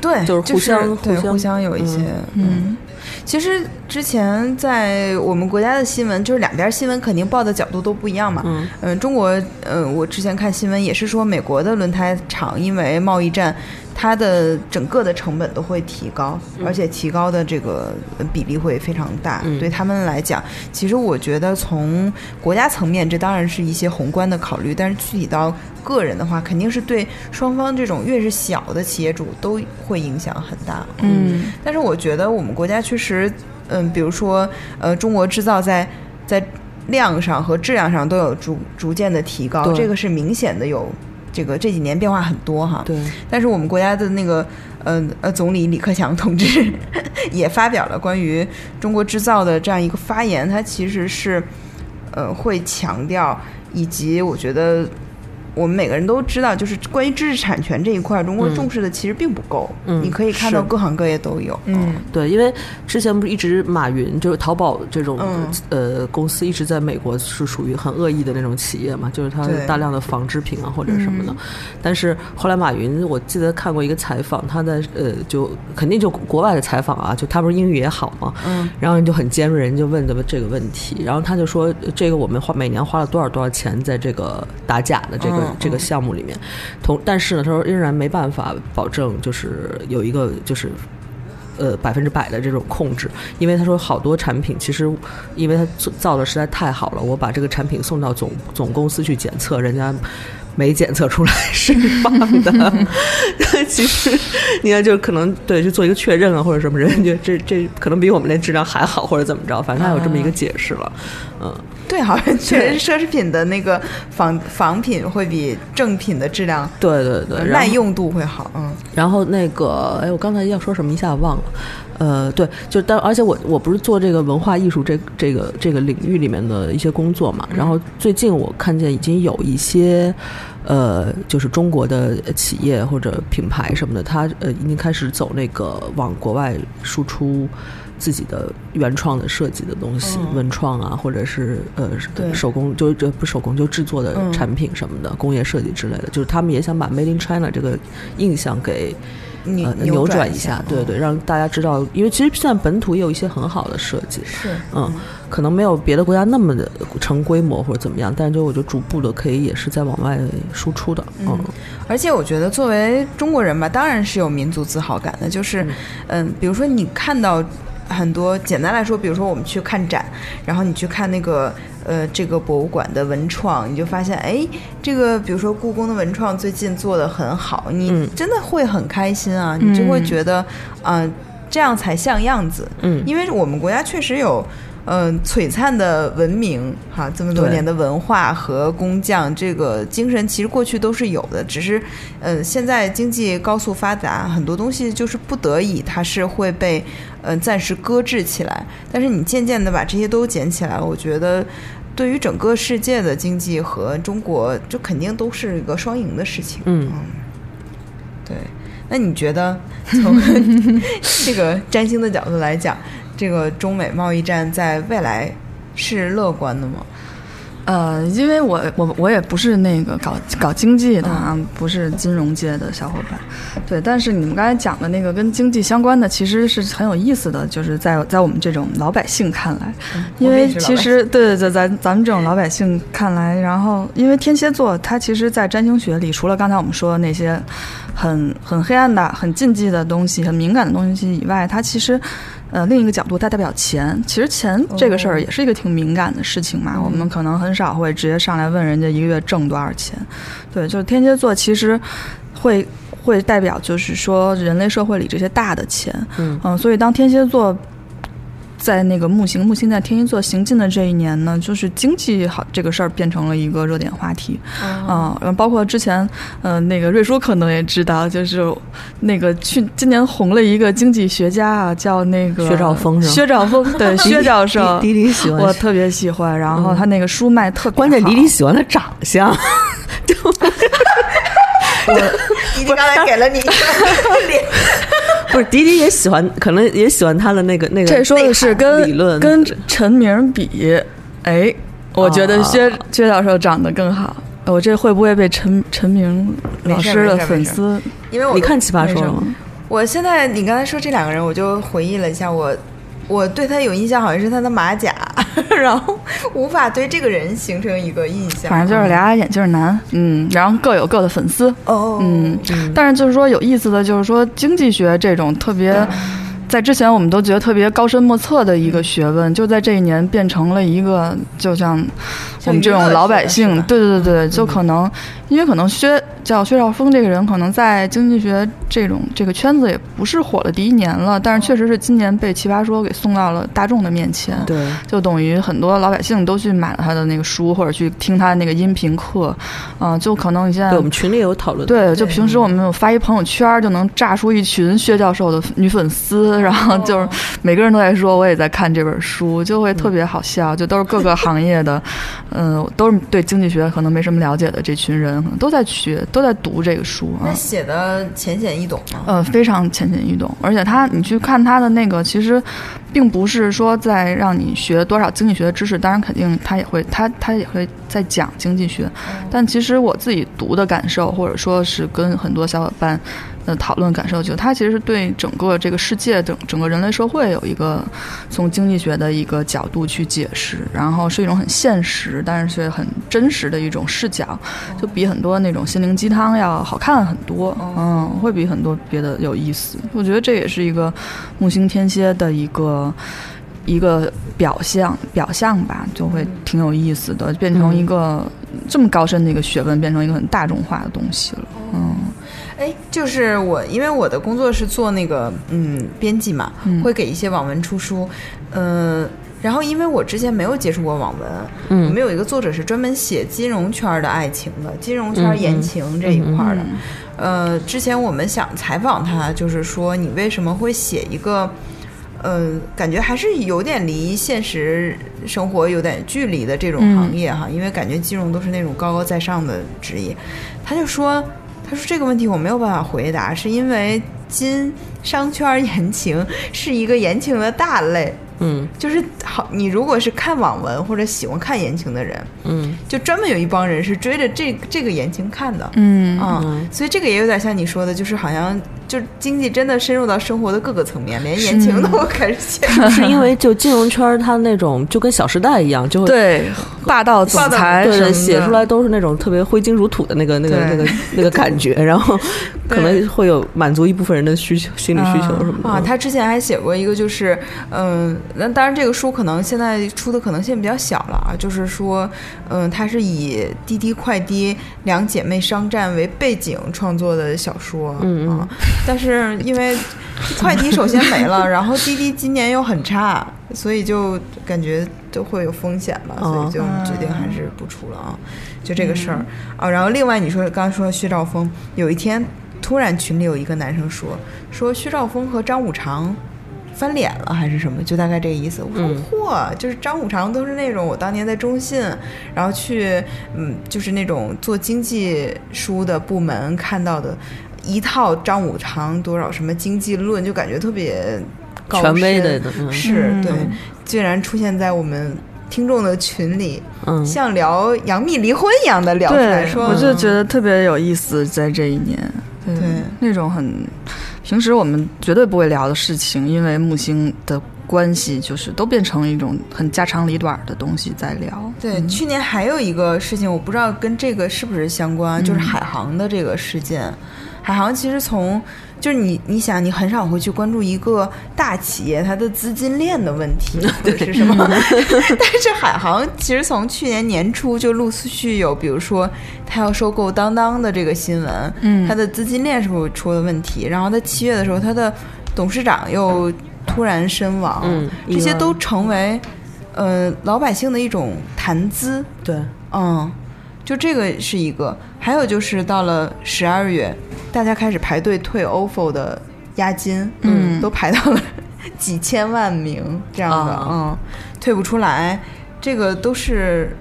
对，就是互相对互相互相有一些嗯。其实之前在我们国家的新闻，就是两边新闻肯定报的角度都不一样嘛。嗯嗯，中国，嗯，我之前看新闻也是说，美国的轮胎厂因为贸易战，它的整个的成本都会提高，而且提高的这个呃比例会非常大。嗯对他们来讲，其实我觉得从国家层面，这当然是一些宏观的考虑，但是具体到个人的话，肯定是对双方这种越是小的企业主都会影响很大。嗯，但是我觉得我们国家确实，嗯，比如说，呃，中国制造在在量上和质量上都有逐逐渐的提高，对这个是明显的有这个这几年变化很多哈。对，但是我们国家的那个，嗯呃，总理李克强同志 也发表了关于中国制造的这样一个发言，他其实是，呃，会强调，以及我觉得我们每个人都知道，就是关于知识产权这一块，中国嗯重视的其实并不够。嗯你可以看到是各行各业都有。嗯，对，因为之前不是一直马云就是淘宝这种、嗯呃公司一直在美国是属于很恶意的那种企业嘛，就是它对嗯大量的纺织品啊或者什么的。但是后来马云，我记得看过一个采访，他在呃就肯定就国外的采访啊，就他不是英语也好嘛，嗯，然后就很尖锐，人就问的这个问题，然后他就说呃这个我们花每年花了多少多少钱在这个打假的这个、嗯这个项目里面，同但是呢，他说仍然没办法保证就是有一个就是呃百分之百的这种控制，因为他说好多产品其实因为他造的实在太好了，我把这个产品送到总总公司去检测，人家没检测出来是棒的。 其实你看，就是可能对去做一个确认啊，或者什么人就这这可能比我们那质量还好，或者怎么着，反正他有这么一个解释了。嗯，对， 好像确实奢侈品的那个仿仿品会比正品的质量、对对对，然耐后用度会好。嗯，然后那个，哎，我刚才要说什么一下忘了，呃，对，就当而且我我不是做这个文化艺术这这个这个领域里面的一些工作嘛，然后最近我看见已经有一些，呃，就是中国的企业或者品牌什么的，它呃已经开始走那个往国外输出。自己的原创的设计的东西，文创啊，或者是呃对手工，就这不手工就制作的嗯产品什么的，工业设计之类的，就是他们也想把 Made in China 这个印象给你呃扭扭转一嗯下，对对，让大家知道，因为其实现在本土也有一些很好的设计，是嗯，可能没有别的国家那么的成规模或者怎么样，但是就我觉得逐步的可以也是在往外输出的，嗯而且我觉得作为中国人吧，当然是有民族自豪感的。就是，嗯，比如说你看到很多，简单来说，比如说我们去看展，然后你去看那个呃这个博物馆的文创，你就发现，哎，这个比如说故宫的文创最近做的很好，你嗯真的会很开心啊，你就会觉得，啊、这样才像样子。嗯，因为我们国家确实有。嗯、璀璨的文明哈，这么多对年的文化和工匠这个精神，其实过去都是有的，只是，嗯、现在经济高速发达，很多东西就是不得已，它是会被，嗯、暂时搁置起来。但是你渐渐的把这些都捡起来了，我觉得，对于整个世界的经济和中国，这肯定都是一个双赢的事情。啊嗯那你觉得从这个占星的角度来讲，这个中美贸易战在未来是乐观的吗？呃，因为我我我也不是那个搞搞经济嗯的啊，不是金融界的小伙伴，对。但是你们刚才讲的那个跟经济相关的，其实是很有意思的，就是在在我们这种老百姓看来，因嗯我们也为是老其百实对对对，咱咱们这种老百姓看来，然后因为天蝎座，它其实，在占星学里，除了刚才我们说的那些很很黑暗的、很禁忌的东西、很敏感的东西以外，它其实。呃，另一个角度，它代表钱。其实钱这个事儿也是一个挺敏感的事情嘛。我们可能很少会直接上来问人家一个月挣多少钱。对，就是天蝎座其实会会代表，就是说人类社会里这些大的钱。嗯所以当天蝎座在那个木星，木星在天蝎座行进的这一年呢，就是经济好这个事儿变成了一个热点话题。啊，然后包括之前，呃，那个瑞叔可能也知道，就是那个去今年红了一个经济学家啊，叫那个薛兆丰是吗薛兆丰对薛教授，迪迪喜欢我特别喜欢。然后他那个书卖特别好，关键迪迪喜欢他长相，你刚才给了你一个 脸，不是迪迪也喜欢，可能也喜欢他的那个那个。这说的是理跟论跟陈明比，哎，我觉啊得薛、薛教授长得更好。我这会不会被陈陈明老没事师的没事粉没事丝？因为我你看《奇葩说》了吗？我现在你刚才说这两个人，我就回忆了一下我。我对他有印象，好像是他的马甲， 然后无法对这个人形成一个印象。反正就是俩眼镜男，嗯，然后各有各的粉丝，哦，嗯，但是就是说有意思的就是说经济学这种特别。在之前，我们都觉得特别高深莫测的一个学问，就在这一年变成了一个，就像我们这种老百娱乐学姓，吧对对对，就可能，因为可能薛叫薛兆丰这个人，可能在经济学这种这个圈子也不是火了第一年了，但是确实是今年被《奇葩说》给送到了大众的面前。对，就等于很多老百姓都去买了他的那个书，或者去听他的那个音频课，嗯、就可能你现在对我们群里有讨论。，对，就平时我们有发一朋友圈儿，就能炸出一群薛教授的女粉丝，然后就是每个人都在说我也在看这本书，就会特别好笑，就都是各个行业的，嗯、都是对经济学可能没什么了解的这群人，可能都在学，都在读这个书啊那。写的浅显易懂吗？呃，非常浅显易懂，而且他，你去看他的那个，其实，并不是说在让你学多少经济学的知识，当然肯定他也会，他他也会在讲经济学，但其实我自己读的感受，或者说是跟很多小伙伴，呃，讨论感受，就他其实是对整个这个世界、整整个人类社会有一个从经济学的一个角度去解释，然后是一种很现实，但是却很真实的一种视角，就比很多那种心灵鸡汤要好看很多，嗯，会比很多别的有意思。我觉得这也是一个木星天蝎的一个一个表象表象吧，就会挺有意思的，变成一个这么高深的一个学问，变成一个很大众化的东西了。嗯，哎，就是我，因为我的工作是做那个嗯编辑嘛，会给一些网文出书，嗯、然后因为我之前没有接触过网文，我们有一个作者是专门写金融圈儿的爱情的，金融圈儿言情这一块儿的，呃，之前我们想采访他，就是说你为什么会写一个。嗯，感觉还是有点离现实生活有点距离的这种行业哈，因为感觉金融都是那种高高在上的职业。他就说，他说这个问题我没有办法回答，是因为金商圈言情是一个言情的大类，嗯就是好，你如果是看网文或者喜欢看言情的人，嗯，就专门有一帮人是追着这这个言情看的，嗯嗯，所以这个也有点像你说的，就是好像就是经济真的深入到生活的各个层面，连言情都开始写。是因为就金融圈儿它那种就跟《小时代》一样，就会对，霸道总裁对什对，么的写出来都是那种特别挥金如土的那个、那个、那个、那个感觉，然后可能会有满足一部分人的需求、心理需求什嗯么的。嗯啊，他之前还写过一个，就是，嗯，那当然这个书可能现在出的可能性比较小了啊，就是说，嗯，他是以滴滴快滴两姐妹商战为背景创作的小说，嗯啊，但是因为快滴首先没了，然后滴滴今年又很差，所以就感觉都会有风险吧，所以就决定还是不出了啊，就这个事儿啊。然后另外你说刚才说薛兆丰，有一天突然群里有一个男生说说薛兆丰和张五常。翻脸了还是什么？就大概这个意思。我说嚯，就是张五常都是那种我当年在中信，然后去嗯，就是那种做经济书的部门看到的一套张五常多少什么经济论，就感觉特别高权威深的嗯是、嗯对，竟然出现在我们听众的群里，嗯，像聊杨幂离婚一样的聊出来对，说，嗯我就觉得特别有意思，在这一年，对对那种很平时我们绝对不会聊的事情，因为木星的关系，就是都变成一种很家长里短的东西在聊。对，去年还有一个事情，我不知道跟这个是不是相嗯关，就是海航的这个事件。海航其实从就是你，你想，你很少会去关注一个大企业它的资金链的问 题或者是什么， 但是海航其实从去年年初就陆续有，比如说它要收购当当的这个新闻，嗯它的资金链是不是出了问题？然后它七月的时候，它的董事长又突然身亡，嗯这意些外都成为呃老百姓的一种谈资，对，嗯，就这个是一个，还有就是到了十二月，大家开始排队退 OFO 的押金，嗯都排到了 几千万名这样的，啊嗯，退不出来，这个都是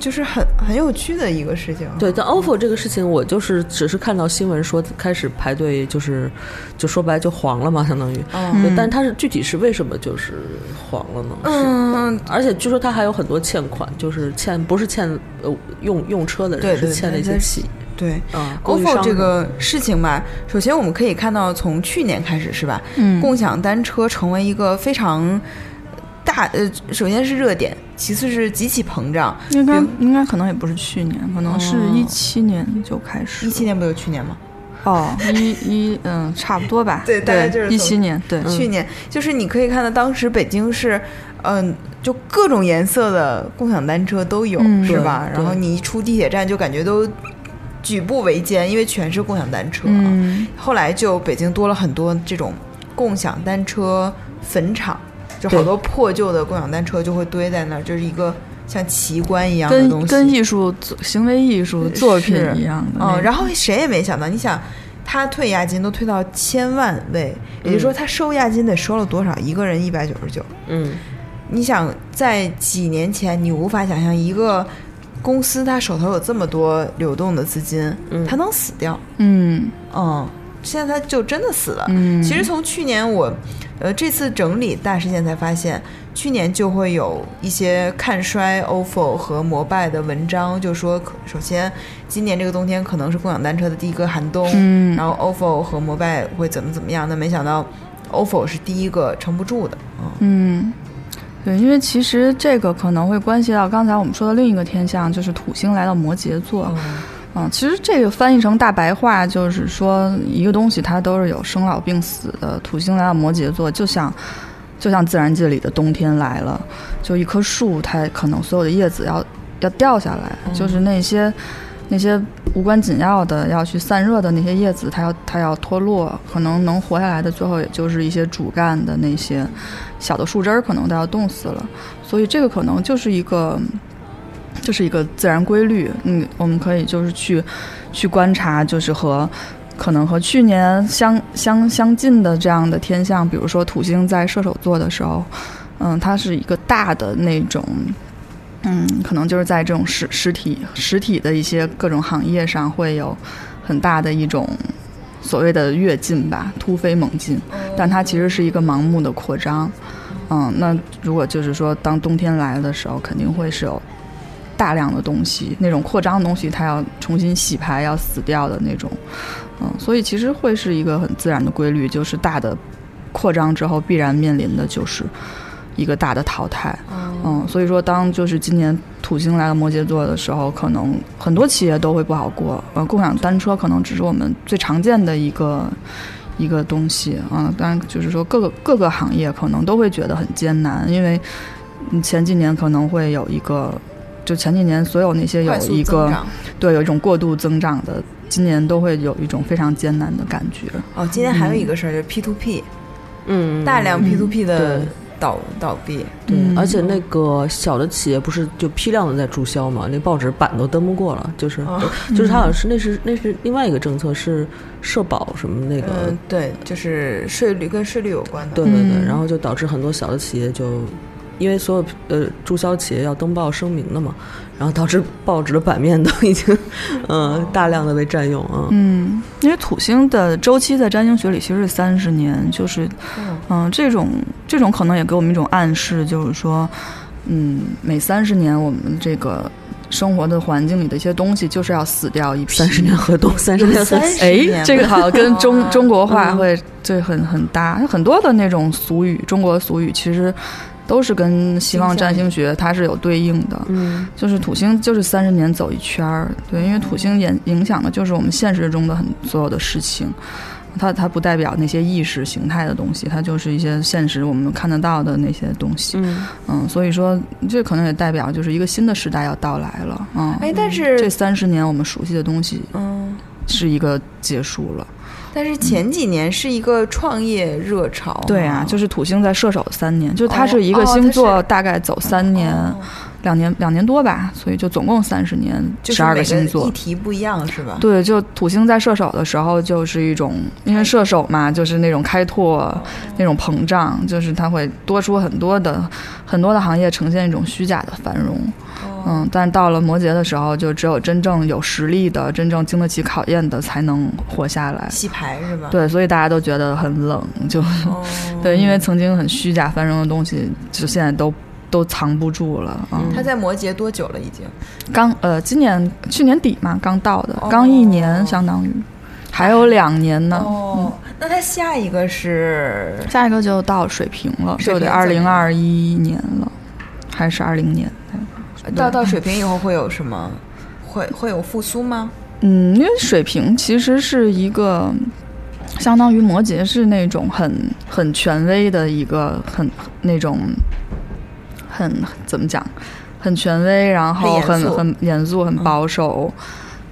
就是很很有趣的一个事情，对，但 OFO 这个事情，我就是只是看到新闻说开始排队，就是就说白了就黄了嘛，相当于。嗯对但它是具体是为什么就是黄了呢？是，嗯，而且据说它还有很多欠款，就是欠不是欠呃用用车的人，对对是欠了一对些对企对。啊。供应 ofo 商这人个事情吧，首先我们可以看到，从去年开始是吧，嗯共享单车成为一个非常大呃，首先是热点，其次是极其膨胀。应该比如应该可能也不是去年，可能是哦一七年就开始一了，七年不就去年吗？哦，一一嗯，差不多吧，对大概就是一从七年，对，去年就是你可以看到，当时北京是，嗯、就各种颜色的共享单车都有，嗯是吧？对然后对你一出地铁站就感觉都举步维艰，因为全是共享单车、啊。嗯后来就北京多了很多这种共享单车坟场，就好对多破旧的共享单车就会堆在那儿，就是一个像奇观一样的东跟西。跟艺术作行为艺术作品是一样的那嗯，种，然后谁也没想到，你想他退押金都退到千万位，也就是说他收押金得收了多少？一个人一百九十九。嗯，你想在几年前，你无法想象一个公司他手头有这么多流动的资金，嗯他能死掉？嗯嗯，现在他就真的死了。嗯，其实从去年我，呃，这次整理大事件才发现，去年就会有一些看衰 OFO 和摩拜的文章，就说可首先今年这个冬天可能是共享单车的第一个寒冬，嗯然后 OFO 和摩拜会怎么怎么样，但没想到 OFO 是第一个撑不住的，嗯，对，因为其实这个可能会关系到刚才我们说的另一个天象，就是土星来到摩羯座。嗯，其实这个翻译成大白话就是说，一个东西它都是有生老病死的。土星来到摩羯座，就像就像自然界里的冬天来了，就一棵树，它可能所有的叶子要要掉下来，就是那些那些无关紧要的要去散热的那些叶子，它要它要脱落，可能能活下来的最后也就是一些主干的那些小的树枝儿，可能都要冻死了。所以这个可能就是一个。这是一个自然规律，嗯，我们可以就是去，去观察，就是和可能和去年相相相近的这样的天象，比如说土星在射手座的时候，嗯，它是一个大的那种，嗯，可能就是在这种实实体实体的一些各种行业上会有很大的一种所谓的跃进吧，突飞猛进，但它其实是一个盲目的扩张。嗯，那如果就是说，当冬天来的时候，肯定会是有大量的东西，那种扩张的东西，它要重新洗牌，要死掉的那种。嗯，所以其实会是一个很自然的规律，就是大的扩张之后必然面临的就是一个大的淘汰。嗯，所以说当就是今年土星来到摩羯座的时候，可能很多企业都会不好过。呃，共享单车可能只是我们最常见的一个。一个东西啊、嗯，当然就是说各个各个行业可能都会觉得很艰难，因为嗯前几年可能会有一个，就前几年所有那些有快速一增个长。对，有一种过度增长的，今年都会有一种非常艰难的感觉。哦，今天还有一个事儿就是 P to P，嗯，大量 P to P 的对倒倒闭，对，嗯而且那个小的企业不是就批量的在注销嘛，那报纸版都登不过了，就是、嗯哦就是它好像是那是那是另外一个政策是社保什么那个，嗯，对，就是税率跟税率有关的，对对对，嗯然后就导致很多小的企业就因为所有呃注销企业要登报声明的嘛，然后导致报纸的版面都已经嗯、哦呃大量的被占用啊。嗯，因为土星的周期在占星学里其实是三十年，就是，嗯、这种这种可能也给我们一种暗示，就是说，嗯，每三十年我们这个生活的环境里的一些东西就是要死掉一批。三十年河东，嗯三十年河西， 30哎年，吗这个好像跟中中国话嗯会这很很搭，很多的那种俗语，中国俗语其实都是跟西方占星学它是有对应的。嗯，就是土星就是三十年走一圈儿，对，因为土星影影响的就是我们现实中的很所有的事情，它它不代表那些意识形态的东西，它就是一些现实我们看得到的那些东西，嗯，嗯，所以说这可能也代表就是一个新的时代要到来了，嗯，哎，但这是三十年我们熟悉的东西嗯，是一个结束了，但是前几年是一个创业热潮嘛，对啊，就是土星在射手三年，就是它哦是一个哦它星座是大概走三年、哦两年两年多吧，所以就总共三十年，就是十二每星座议。题不一样是吧？对，就土星在射手的时候，就是一种，因为射手嘛，就是那种开拓、那种膨胀，就是它会多出很多的很多的行业呈现一种虚假的繁荣。哦嗯，但到了摩羯的时候，就只有真正有实力的、真正经得起考验的才能活下来。洗牌是吧？对，所以大家都觉得很冷，就哦，对，因为曾经很虚假繁荣的东西，就现在都都藏不住了。嗯，他在摩羯多久了已经？刚呃，今年去年底嘛，刚到的，哦刚一年相当于，还有两年呢。哦，嗯那他下一个是下一个就到水平了，水就得瓶二怎零么二一年了，还是二零年？到到水瓶以后会有什么？会会有复苏吗？嗯，因为水瓶其实是一个。相当于摩羯是那种很很权威的一个很那种很怎么讲，很权威，然很后严很肃嗯很严肃、很保守，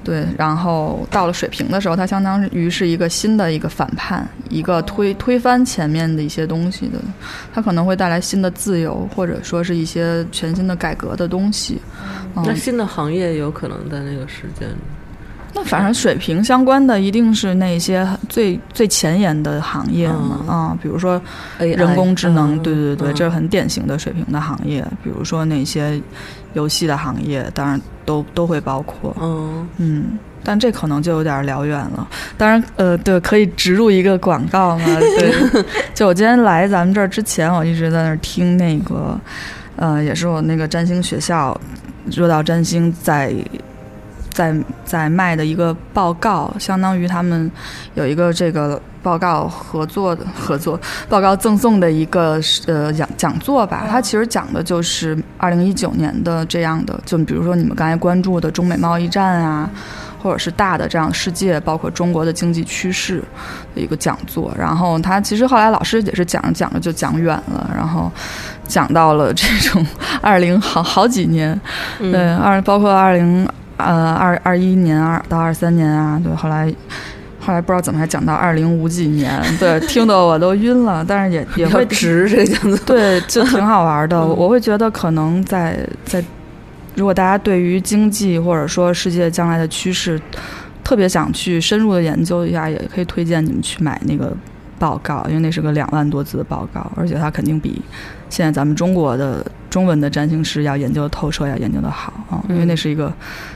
对。然后到了水瓶的时候，它相当于是一个新的一个反叛，一个推推翻前面的一些东西的，它可能会带来新的自由，或者说是一些全新的改革的东西。嗯那新的行业有可能在那个时间那反正水平相关的一定是那些最最前沿的行业嘛，嗯啊、比如说 AI 人工智能，对对对，嗯这是很典型的水平的行业，比如说那些游戏的行业，当然都都会包括，嗯，嗯。但这可能就有点聊远了。当然，呃，对，可以植入一个广告嘛？对，就我今天来咱们这儿之前，我一直在那儿听那个，呃，也是我那个占星学校热岛占星在在在卖的一个报告，相当于他们有一个这个报告合作的合作报告赠送的一个呃讲讲座吧。它其实讲的就是二零一九年的这样的，就比如说你们刚才关注的中美贸易战啊，或者是大的这样世界，包括中国的经济趋势的一个讲座。然后他其实后来老师也是讲着讲着就讲远了，然后讲到了这种 二零好好几年，嗯对二包括二零呃二二一年二到二三年啊，对，后来。后来不知道怎么还讲到二零五几年，对，听得我都晕了，但是也 也比较会直这个样 子，对，就挺好玩的。我会觉得可能在在，如果大家对于经济或者说世界将来的趋势特别想去深入的研究一下，也可以推荐你们去买那个报告，因为那是个两万多字的报告，而且它肯定比现在咱们中国的中文的占星师要研究的透彻，要研究的好啊、因为那嗯是一个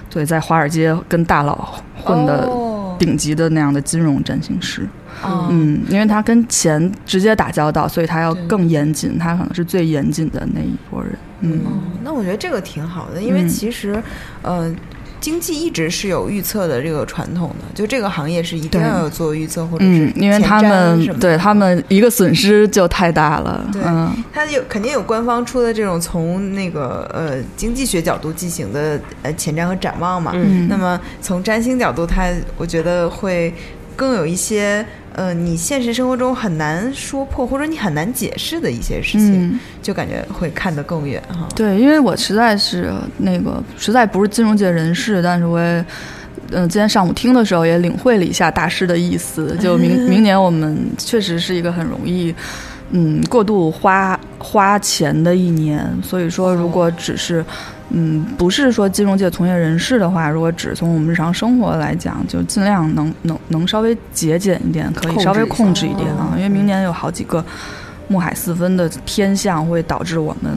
对在华尔街跟大佬混的哦顶级的那样的金融占星师。哦嗯，因为他跟钱直接打交道，所以他要对更严谨，他可能是最严谨的那一波人。嗯，那我觉得这个挺好的，因为嗯其实，呃，经济一直是有预测的这个传统的，就这个行业是一定对要有做预测或者是嗯，因为前他瞻们什么的对他们一个损失就太大了。对嗯，它有肯定有官方出的这种从那个呃经济学角度进行的呃前瞻和展望嘛。嗯那么从占星角度，它我觉得会更有一些呃你现实生活中很难说破或者你很难解释的一些事情，嗯就感觉会看得更远哈。对，因为我实在是那个，实在不是金融界人士，但是我也，嗯、今天上午听的时候也领会了一下大师的意思。就明明年我们确实是一个很容易，嗯，过度花花钱的一年。所以说，如果只是，嗯，不是说金融界从业人士的话，如果只从我们日常生活来讲，就尽量能能能稍微节俭一点，可以稍微控制一点啊，因为明年有好几个。墨海四分的偏向会导致我们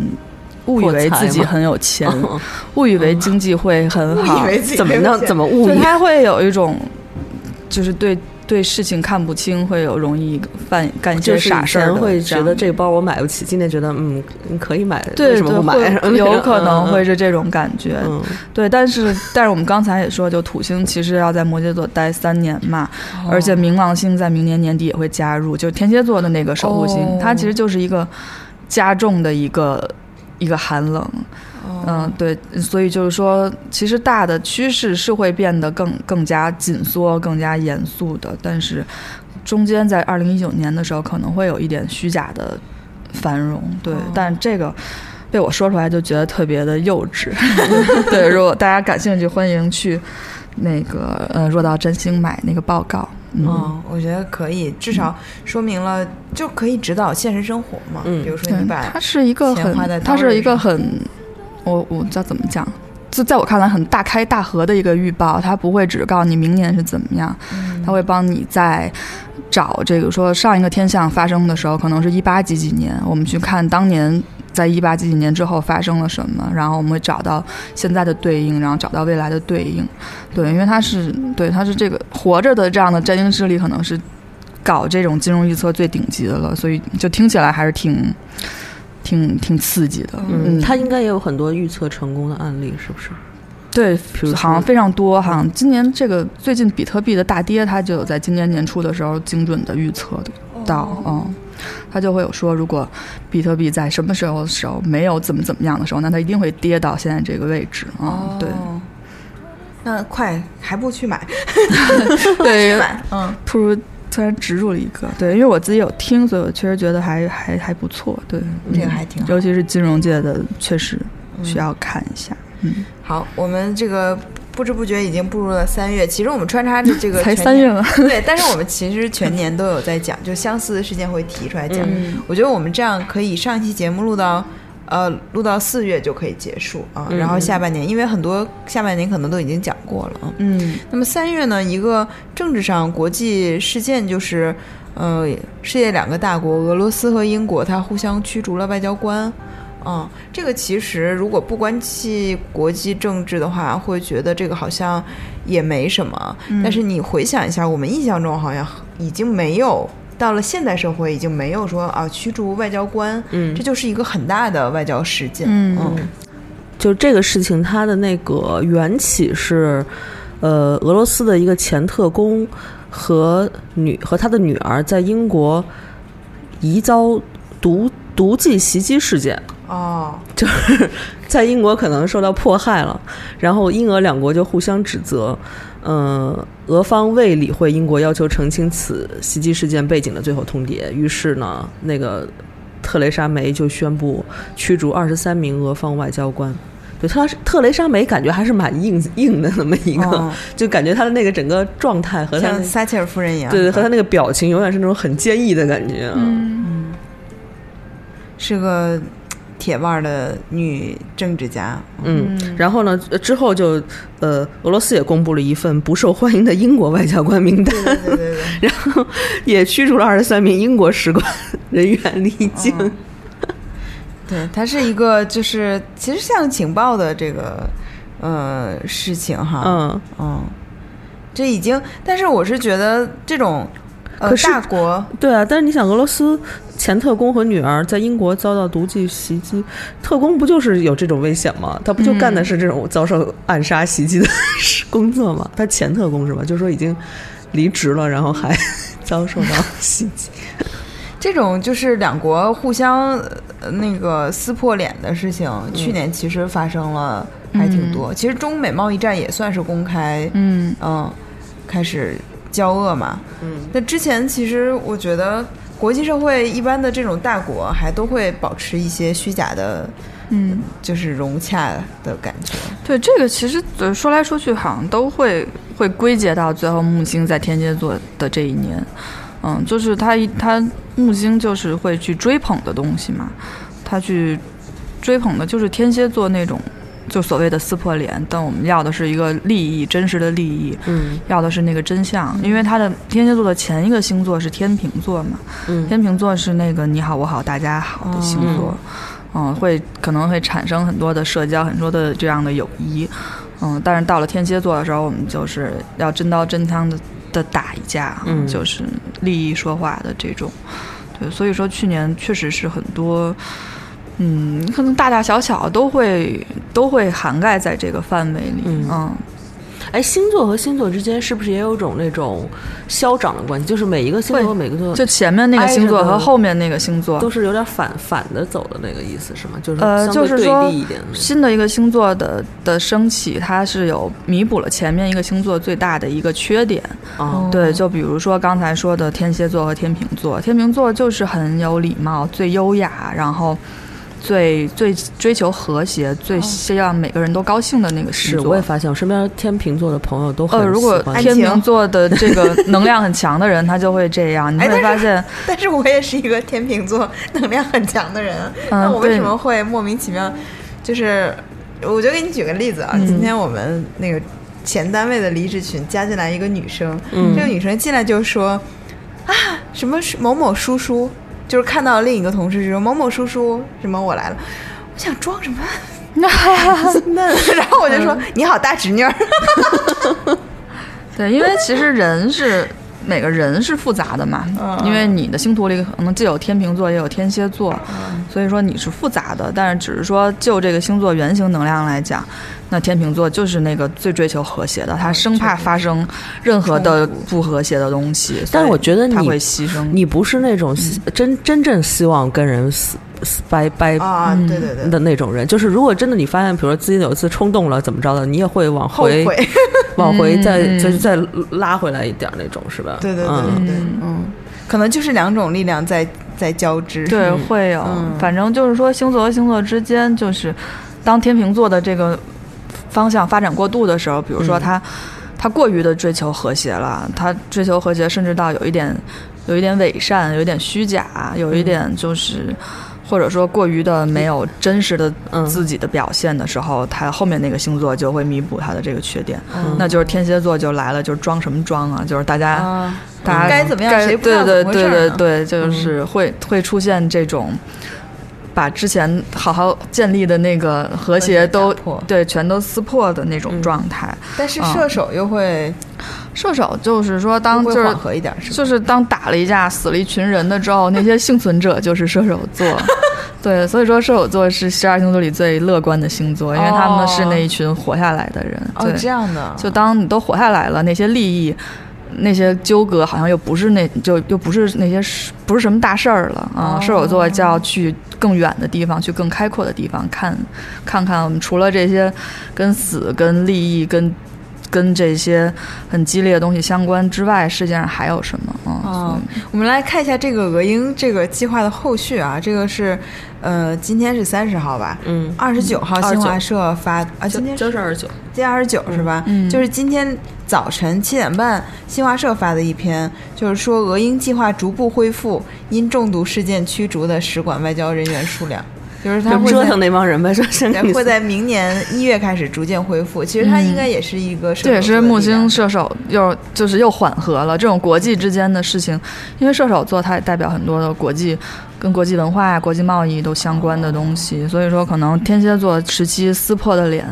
误以破为财自己吗很有钱，嗯误以为经济会很好，怎么能怎么误就以？他会有一种，就是对对事情看不清，会有容易犯干一些就是傻以事儿前的会这觉样得这包我买不起，今天觉得嗯你可以买，对为什么对不买会？有可能会是是这种感觉，嗯对。但是但是我们刚才也说，就土星其实要在摩羯座待三年嘛，而且冥王星在明年年底也会加入，就是天蝎座的那个守护星，哦它其实就是一个加重的一个一个寒冷，哦嗯，对，所以就是说，其实大的趋势是会变得更更加紧缩、更加严肃的，但是中间在二零一九年的时候可能会有一点虚假的繁荣，对，但这个。被我说出来就觉得特别的幼稚， 对。如果大家感兴趣，欢迎去那个呃若到真心买那个报告，嗯，嗯，我觉得可以，至少说明了就可以指导现实生活嘛。嗯比如说对你，把它是一个钱花在很，刀它是一刃个上很，我我叫怎么讲？就在我看来，很大开大合的一个预报，它不会只告诉你明年是怎么样，嗯它会帮你在找这个说上一个天象发生的时候，可能是一八几几年，我们去看当年在一八几几年之后发生了什么，然后我们会找到现在的对应，然后找到未来的对应。对，因为它是对它是这个活着的这样的占星师里，可能是搞这种金融预测最顶级的了，所以就听起来还是挺挺挺刺激的。嗯，他应该也有很多预测成功的案例，是不是？对，如好像说非常多，好像今年这个最近比特币的大跌，它就有在今年年初的时候精准的预测到，哦嗯，它就会有说，如果比特币在什么时候的时候没有怎么怎么样的时候，那它一定会跌到现在这个位置，嗯，哦对。那呃快还不去买， 对买，嗯，突如突然植入了一个，对，因为我自己有听，所以我确实觉得还还还不错，对，嗯这个还挺好。嗯尤其是金融界的，确实需要看一下。好，我们这个不知不觉已经步入了三月，其实我们穿插着这个才全三年月吗？ 对，但是我们其实全年都有在讲，就相似的事件会提出来讲。我觉得我们这样可以上一期节目录到，呃，录到四月就可以结束嗯啊。然后下半年，因为很多下半年可能都已经讲过了啊。嗯，那么三月呢，一个政治上国际事件就是，呃，世界两个大国俄罗斯和英国，它互相驱逐了外交官。嗯，这个其实如果不关系国际政治的话，会觉得这个好像也没什么。嗯但是你回想一下，我们印象中好像已经没有到了现代社会，已经没有说啊驱逐外交官，嗯这就是一个很大的外交事件。嗯就这个事情，它的那个缘起是，呃，俄罗斯的一个前特工和女和他的女儿在英国疑遭毒毒剂袭击事件，哦，在英国可能受到迫害了，然后英俄两国就互相指责。嗯，俄方未理会英国要求澄清此袭击事件背景的最后通牒，于是呢，那个特蕾莎梅就宣布驱逐二十三名俄方外交官。对，她是特蕾莎梅感觉还是蛮硬硬的那么一个，哦就感觉她的那个整个状态和她像那撒切尔夫人一样，对对和她那个表情永远是那种很坚毅的感觉。嗯，是个铁腕儿的女政治家。嗯，然后呢，呃之后就呃，俄罗斯也公布了一份不受欢迎的英国外交官名单，对对对对， 然后也驱逐了二十三名英国使馆人员离境。对，它是一个就是其实像情报的这个呃事情哈。嗯，嗯这已经，但是我是觉得这种呃可是大国对啊，但是你想，俄罗斯前特工和女儿在英国遭到毒剂袭击，特工不就是有这种危险吗？他不就干的是这种遭受暗杀袭击的工作嗯吗？他前特工是吧？就说已经离职了，然后还 遭受到袭击。这种就是两国互相呃那个撕破脸的事情，嗯去年其实发生了还挺多。其实中美贸易战也算是公开，嗯开始交恶嘛。嗯，那之前其实我觉得国际社会一般的这种大国还都会保持一些虚假的，嗯，就是融洽的感觉。对，这个其实呃说来说去，好像都会会归结到最后木星在天蝎座的这一年，嗯，就是他一他木星就是会去追捧的东西嘛，他去追捧的就是天蝎座那种。就所谓的撕破脸，但我们要的是一个利益，真实的利益，嗯要的是那个真相。因为他的天蝎座的前一个星座是天秤座嘛，嗯天秤座是那个你好我好大家好哦的星座，嗯，会可能会产生很多的社交，很多的这样的友谊，嗯，但是到了天蝎座的时候，我们就是要真刀真枪的的打一架，嗯就是利益说话的这种，对，所以说去年确实是很多。嗯，可能大大小小都会都会涵盖在这个范围里，嗯哎，星座和星座之间是不是也有种那种消长的关系？就是每一个星座和会每个座就前面那个星座挨着和的后面那个星座都是有点反反的走的那个意思是吗？就是嗯呃相就对是对说立一点的那种。新的一个星座的的升起，它是有弥补了前面一个星座最大的一个缺点。哦对，就比如说刚才说的天蝎座和天秤座，天秤座就是很有礼貌、最优雅，然后最最追求和谐、最希望每个人都高兴的那个哦星是，座。我也发现我身边天秤座的朋友都很呃，如果喜欢天安静秤座的这个能量很强的人，他就会这样。你哎会但发是现，但是我也是一个天秤座能量很强的人，嗯那我为对什么会莫名其妙？就是我就给你举个例子嗯啊，今天我们那个前单位的离职群加进来一个女生，嗯这个女生进来就说啊什么某某叔叔，就是看到另一个同事就说某某叔叔什么我来了，我想装 什么 嫩，然后我就说、嗯你好大侄女儿，对，因为其实人是每个人是复杂的嘛，因为你的星图里可能既有天秤座也有天蝎座，所以说你是复杂的。但是只是说就这个星座原型能量来讲，那天秤座就是那个最追求和谐的，他生怕发生任何的不和谐的东西。但是我觉得他你会牺牲。你不是那种希真真正希望跟人死死掰掰啊，对对对，嗯的那种人，就是如果真的你发现，比如说自己有一次冲动了，怎么着的，你也会往后回悔，往回再就是再拉回来一点那种，是吧？对对对嗯对对，嗯，可能就是两种力量在在交织，对，会有。反正就是说，星座和星座之间，就是当天秤座的这个方向发展过度的时候，比如说他、他过于的追求和谐了，他追求和谐，甚至到有一点有一点伪善，有一点虚假，有一点就是。或者说过于的没有真实的嗯自己的表现的时候，他后面那个星座就会弥补他的这个缺点，那就是天蝎座就来了，就是装什么装啊，就是大家、大家该怎么样嗯该谁不知道对怎么回对事儿啊对嗯对呢对，就是会会出现这种。把之前好好建立的那个和谐都打破嗯对，全都撕破的那种状态。但是嗯射手又会射手就是说，嗯当会就缓是和一点，是吧？就是当打了一架，死了一群人了之后，那些幸存者就是射手 座。对，所以说射手座是十二星座里最乐观的星座，因为他们是那一群活下来的人。哦对，，这样的，就当你都活下来了，那些利益、那些纠葛，好像又不是那就又不是那些事，不是什么大事儿了啊。射手座就要去更远的地方，去更开阔的地方看，看看我们除了这些跟死、跟利益、跟跟这些很激烈的东西相关之外，世界上还有什么啊？哦，我们来看一下这个俄英这个计划的后续啊，这个是，呃，今天是三十号吧，嗯，二十九号29新华社发啊，今天是是二十九，今天二十九是吧？嗯就是今天早晨七点半，新华社发的一篇，就是说俄英计划逐步恢复因中毒事件驱逐的使馆外交人员数量，就是他就会折在腾那帮人呗，说先给对你会在明年一月开始逐渐恢复。其实它应该也是一个射手这也座嗯是的木力量星射手又就是又缓和了这种国际之间的事情，因为射手座它也代表很多的国际跟国际文化呀、国际贸易都相关的东西，所以说可能天蝎座时期撕破的脸，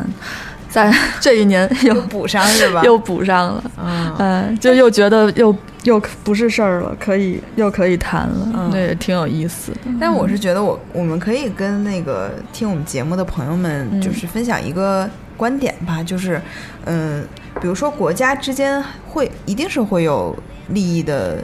在 这一年又又补上是 吧？又补上了，嗯嗯，就又觉得又又不是事儿了，可以又可以谈了嗯，这也挺有意思的。但我是觉得我，我们可以跟那个听我们节目的朋友们，就是分享一个观点吧，就是，嗯，比如说国家之间会一定是会有利益的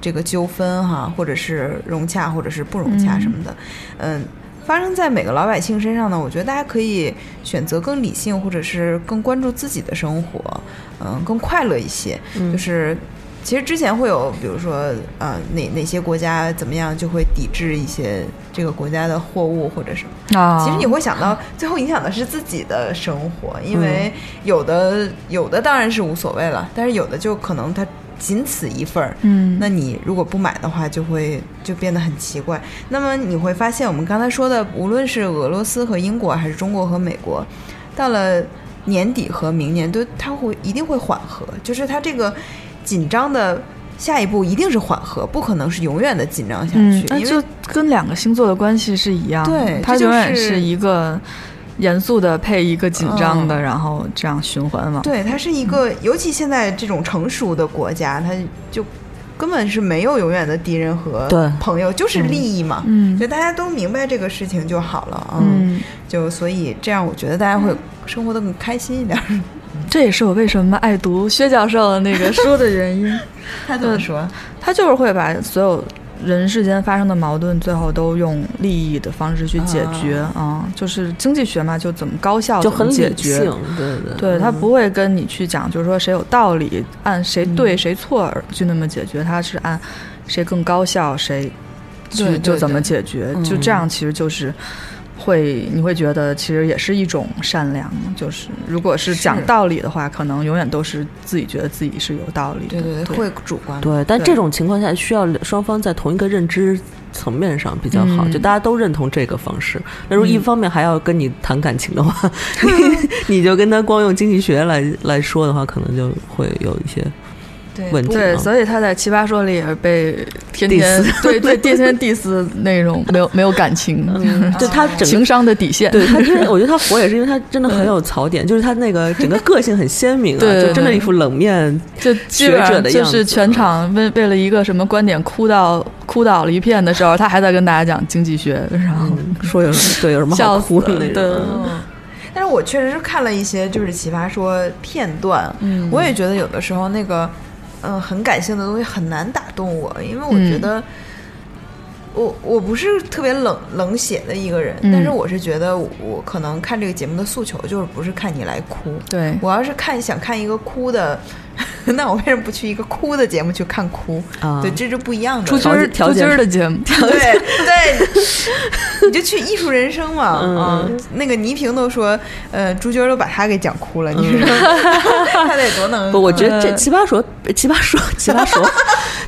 这个纠纷哈，或者是融洽，或者是不融洽什么的，嗯。发生在每个老百姓身上呢，我觉得大家可以选择更理性，或者是更关注自己的生活，嗯，更快乐一些。嗯就是其实之前会有，比如说，呃，哪哪些国家怎么样就会抵制一些这个国家的货物或者什么。啊，其实你会想到，最后影响的是自己的生活，因为有的有的当然是无所谓了，但是有的就可能它仅此一份儿。嗯那你如果不买的话，就会就变得很奇怪。那么你会发现，我们刚才说的，无论是俄罗斯和英国，还是中国和美国，到了年底和明年都它会一定会缓和，就是它这个紧张的下一步一定是缓和，不可能是永远的紧张下去，嗯那因就为跟两个星座的关系是一样的，对它这就永远是是一个严肃的配一个紧张的，嗯然后这样循环嘛。对它是一个，尤其现在这种成熟的国家，它就根本是没有永远的敌人和对朋友，就是利益嘛。嗯所以大家都明白这个事情就好了啊，嗯，就所以这样，我觉得大家会生活的更开心一点。 嗯这也是我为什么爱读薛教授的那个书的原因。 他怎么说？他就是会把所有人世间发生的矛盾，最后都用利益的方式去解决啊、就是经济学嘛，就怎么高效就怎么很解理决性，，嗯对对对他嗯不会跟你去讲，就是说谁有道理，按谁嗯对谁错而去那么解决，他是按谁更高效，谁对去对嗯就怎么解决，就这样其实就是。会，你会觉得其实也是一种善良，就是如果是讲是道理的话，可能永远都是自己觉得自己是有道理的。对对对，会主观。对，但这种情况下需要双方在同一个认知层面上比较好，嗯就大家都认同这个方式。那如果一方面还要跟你谈感情的话，你你就跟他光用经济学来来说的话，可能就会有一些对问题啊。对，所以他在《奇葩说》里也是被天天对对天天 diss 那种没有没有感情，嗯就他整个情商的底线。对他真的，我觉得他火也是因为他真的很有槽点，就是他那个整个个性很鲜明啊，对对就真的一副冷面。 就基本学者上的就样子啊是全场为为了一个什么观点哭到哭倒了一片的时候，他还在跟大家讲经济学，然后说有什么对有嗯什么好笑哭死的那对种。但是我确实是看了一些就是奇葩说片段，嗯我也觉得有的时候那个，嗯、很感性的东西很难打动我，因为我嗯觉得我、我不是特别冷冷血的一个人，嗯但是我是觉得我可能看这个节目的诉求就是不是看你来哭，对我要是看想看一个哭的， 那我为什么不去一个哭的节目去看哭？啊对，这是不一样的。出今儿调出节今儿的节目，对对， 你就去艺术人生嘛，嗯啊，那个倪萍都说，呃，朱娟都把她给讲哭了，你说 她得多能？ 不，我觉得这奇葩说，奇葩 说，奇葩说，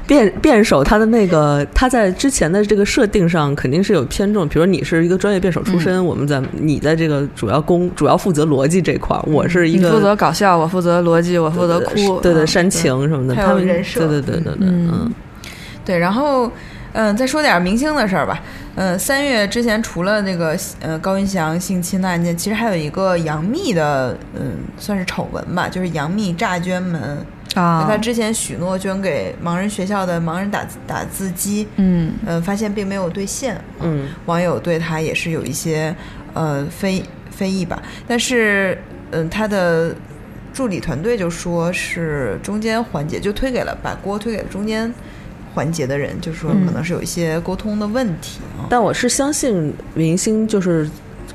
辩辩手他的那个他在之前的这个设定上肯定是有偏重，比如你是一个专业辩手出身，我们在你在这个主要工主要负责逻辑这块儿，我是一你个呃负责搞笑，我负责逻辑，我负责哭，对对嗯煽情什么的，还他有们人设对对对对对，嗯，对，然后，嗯、再说点明星的事儿吧。嗯、三月之前除了那个呃高云翔性侵的案件，其实还有一个杨幂的，嗯，算是丑闻吧，就是杨幂诈捐门。啊她，之前许诺捐给盲人学校的盲人打字打字机，嗯嗯、发现并没有兑现。嗯，网友对他也是有一些呃非非议吧，但是嗯、他的助理团队就说是中间环节就推给了把锅推给了中间环节的人，就说可能是有一些沟通的问题啊。但我是相信明星就是。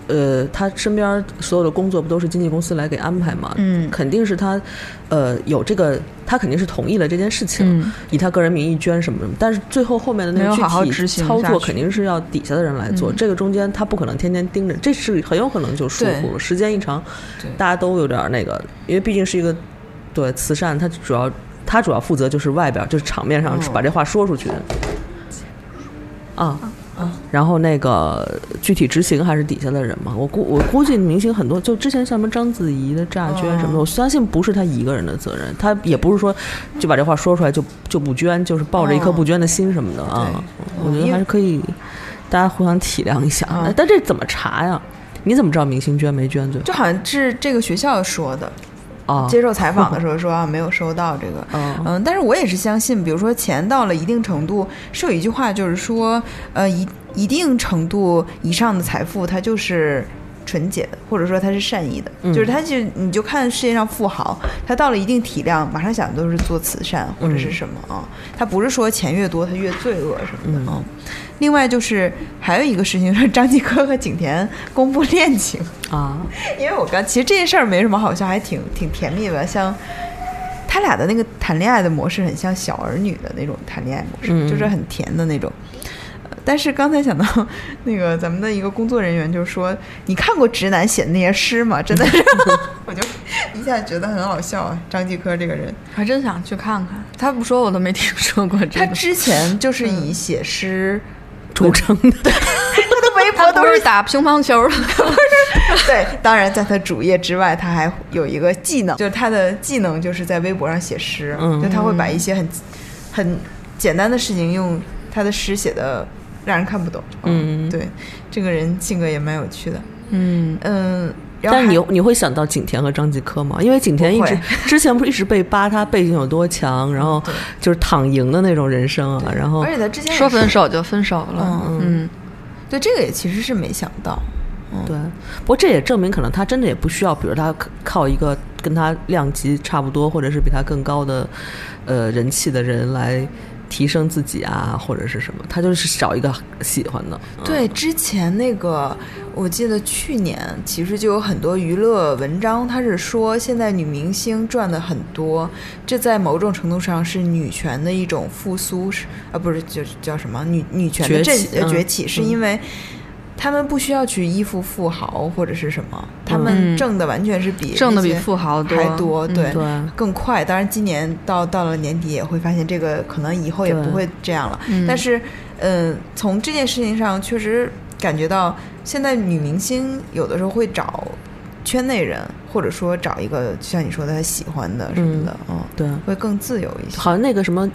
呃，他身边所有的工作不都是经纪公司来给安排嘛？嗯肯定是他，呃，有这个，他肯定是同意了这件事情，嗯，以他个人名义捐什么什么，但是最后后面的那没有个具好好体执行操下作去嗯肯定是要底下的人来做，这个中间他不可能天天盯着，这是很有可能就疏忽了。时间一长对，大家都有点儿那个，因为毕竟是一个对慈善，他主要他主要负责就是外边儿就是场面上哦把这话说出去。啊，然后那个具体执行还是底下的人嘛。我估我估计明星很多，就之前像什么章子怡的诈啊捐什么的，我相信不是她一个人的责任，她也不是说就把这话说出来就就不捐，就是抱着一啊颗不捐的心什么的啊。我觉得还是可以，大家互相体谅一下。啊哎但这怎么查呀？你怎么知道明星捐没捐最后就好像是这个学校说的，啊？接受采访的时候说啊没有收到这个，哦嗯，但是我也是相信，比如说钱到了一定程度，是有一句话就是说，呃一一定程度以上的财富它就是。纯洁的，或者说它是善意的，就是它就你就看世界上富豪，他到了一定体量，马上想的都是做慈善或者是什么啊，他不是说钱越多他越罪恶什么的啊。另外就是还有一个事情是张继科和景甜公布恋情，啊，因为我刚其实这件事儿没什么好笑，还挺挺甜蜜的，像。他俩的那个谈恋爱的模式很像小儿女的那种谈恋爱模式，嗯就是很甜的那种。呃但是刚才想到那个咱们的一个工作人员就说：“你看过直男写的那些诗吗？”真的是，我就一下觉得很好笑啊。张继科这个人，还真想去看看。他不说我都没听说过这他个。之前就是以写诗主张的他都没微博他都不是是打乒乓 球的， 对，当然在他主业之外，他还有一个技能，就是他的技能就是在微博上写诗，嗯就他会把一些很很简单的事情用他的诗写的让人看不懂。嗯对，这个人性格也蛮有趣的。嗯，嗯，然后但是你还你会想到景甜和张继科吗？因为景甜一直不之前不是一直被扒她背景有多强，然后就是躺赢的那种人生啊，然后而且他之前也说分是，手就分手了，嗯，对这个也其实是没想到。嗯对，不过这也证明可能她真的也不需要，比如她靠一个跟她量级差不多或者是比她更高的呃人气的人来提升自己啊，或者是什么，她就是找一个喜欢的。嗯对，之前那个我记得去年其实就有很多娱乐文章，它是说现在女明星赚的很多，这在某种程度上是女权的一种复苏，是啊，不是就是叫什么女女权的崛振起嗯呃崛起，是因为。他们不需要去依附富豪或者是什么，他们嗯挣的完全是比挣的那比些富豪多还多，嗯对，对更快。当然，今年到到了年底也会发现这个可能以后也对不会这样了。但是，嗯、从这件事情上确实感觉到，现在女明星有的时候会找圈内人，或者说找一个就像你说的她喜欢的什么的，嗯，对，会更自由一些。好像那个什么。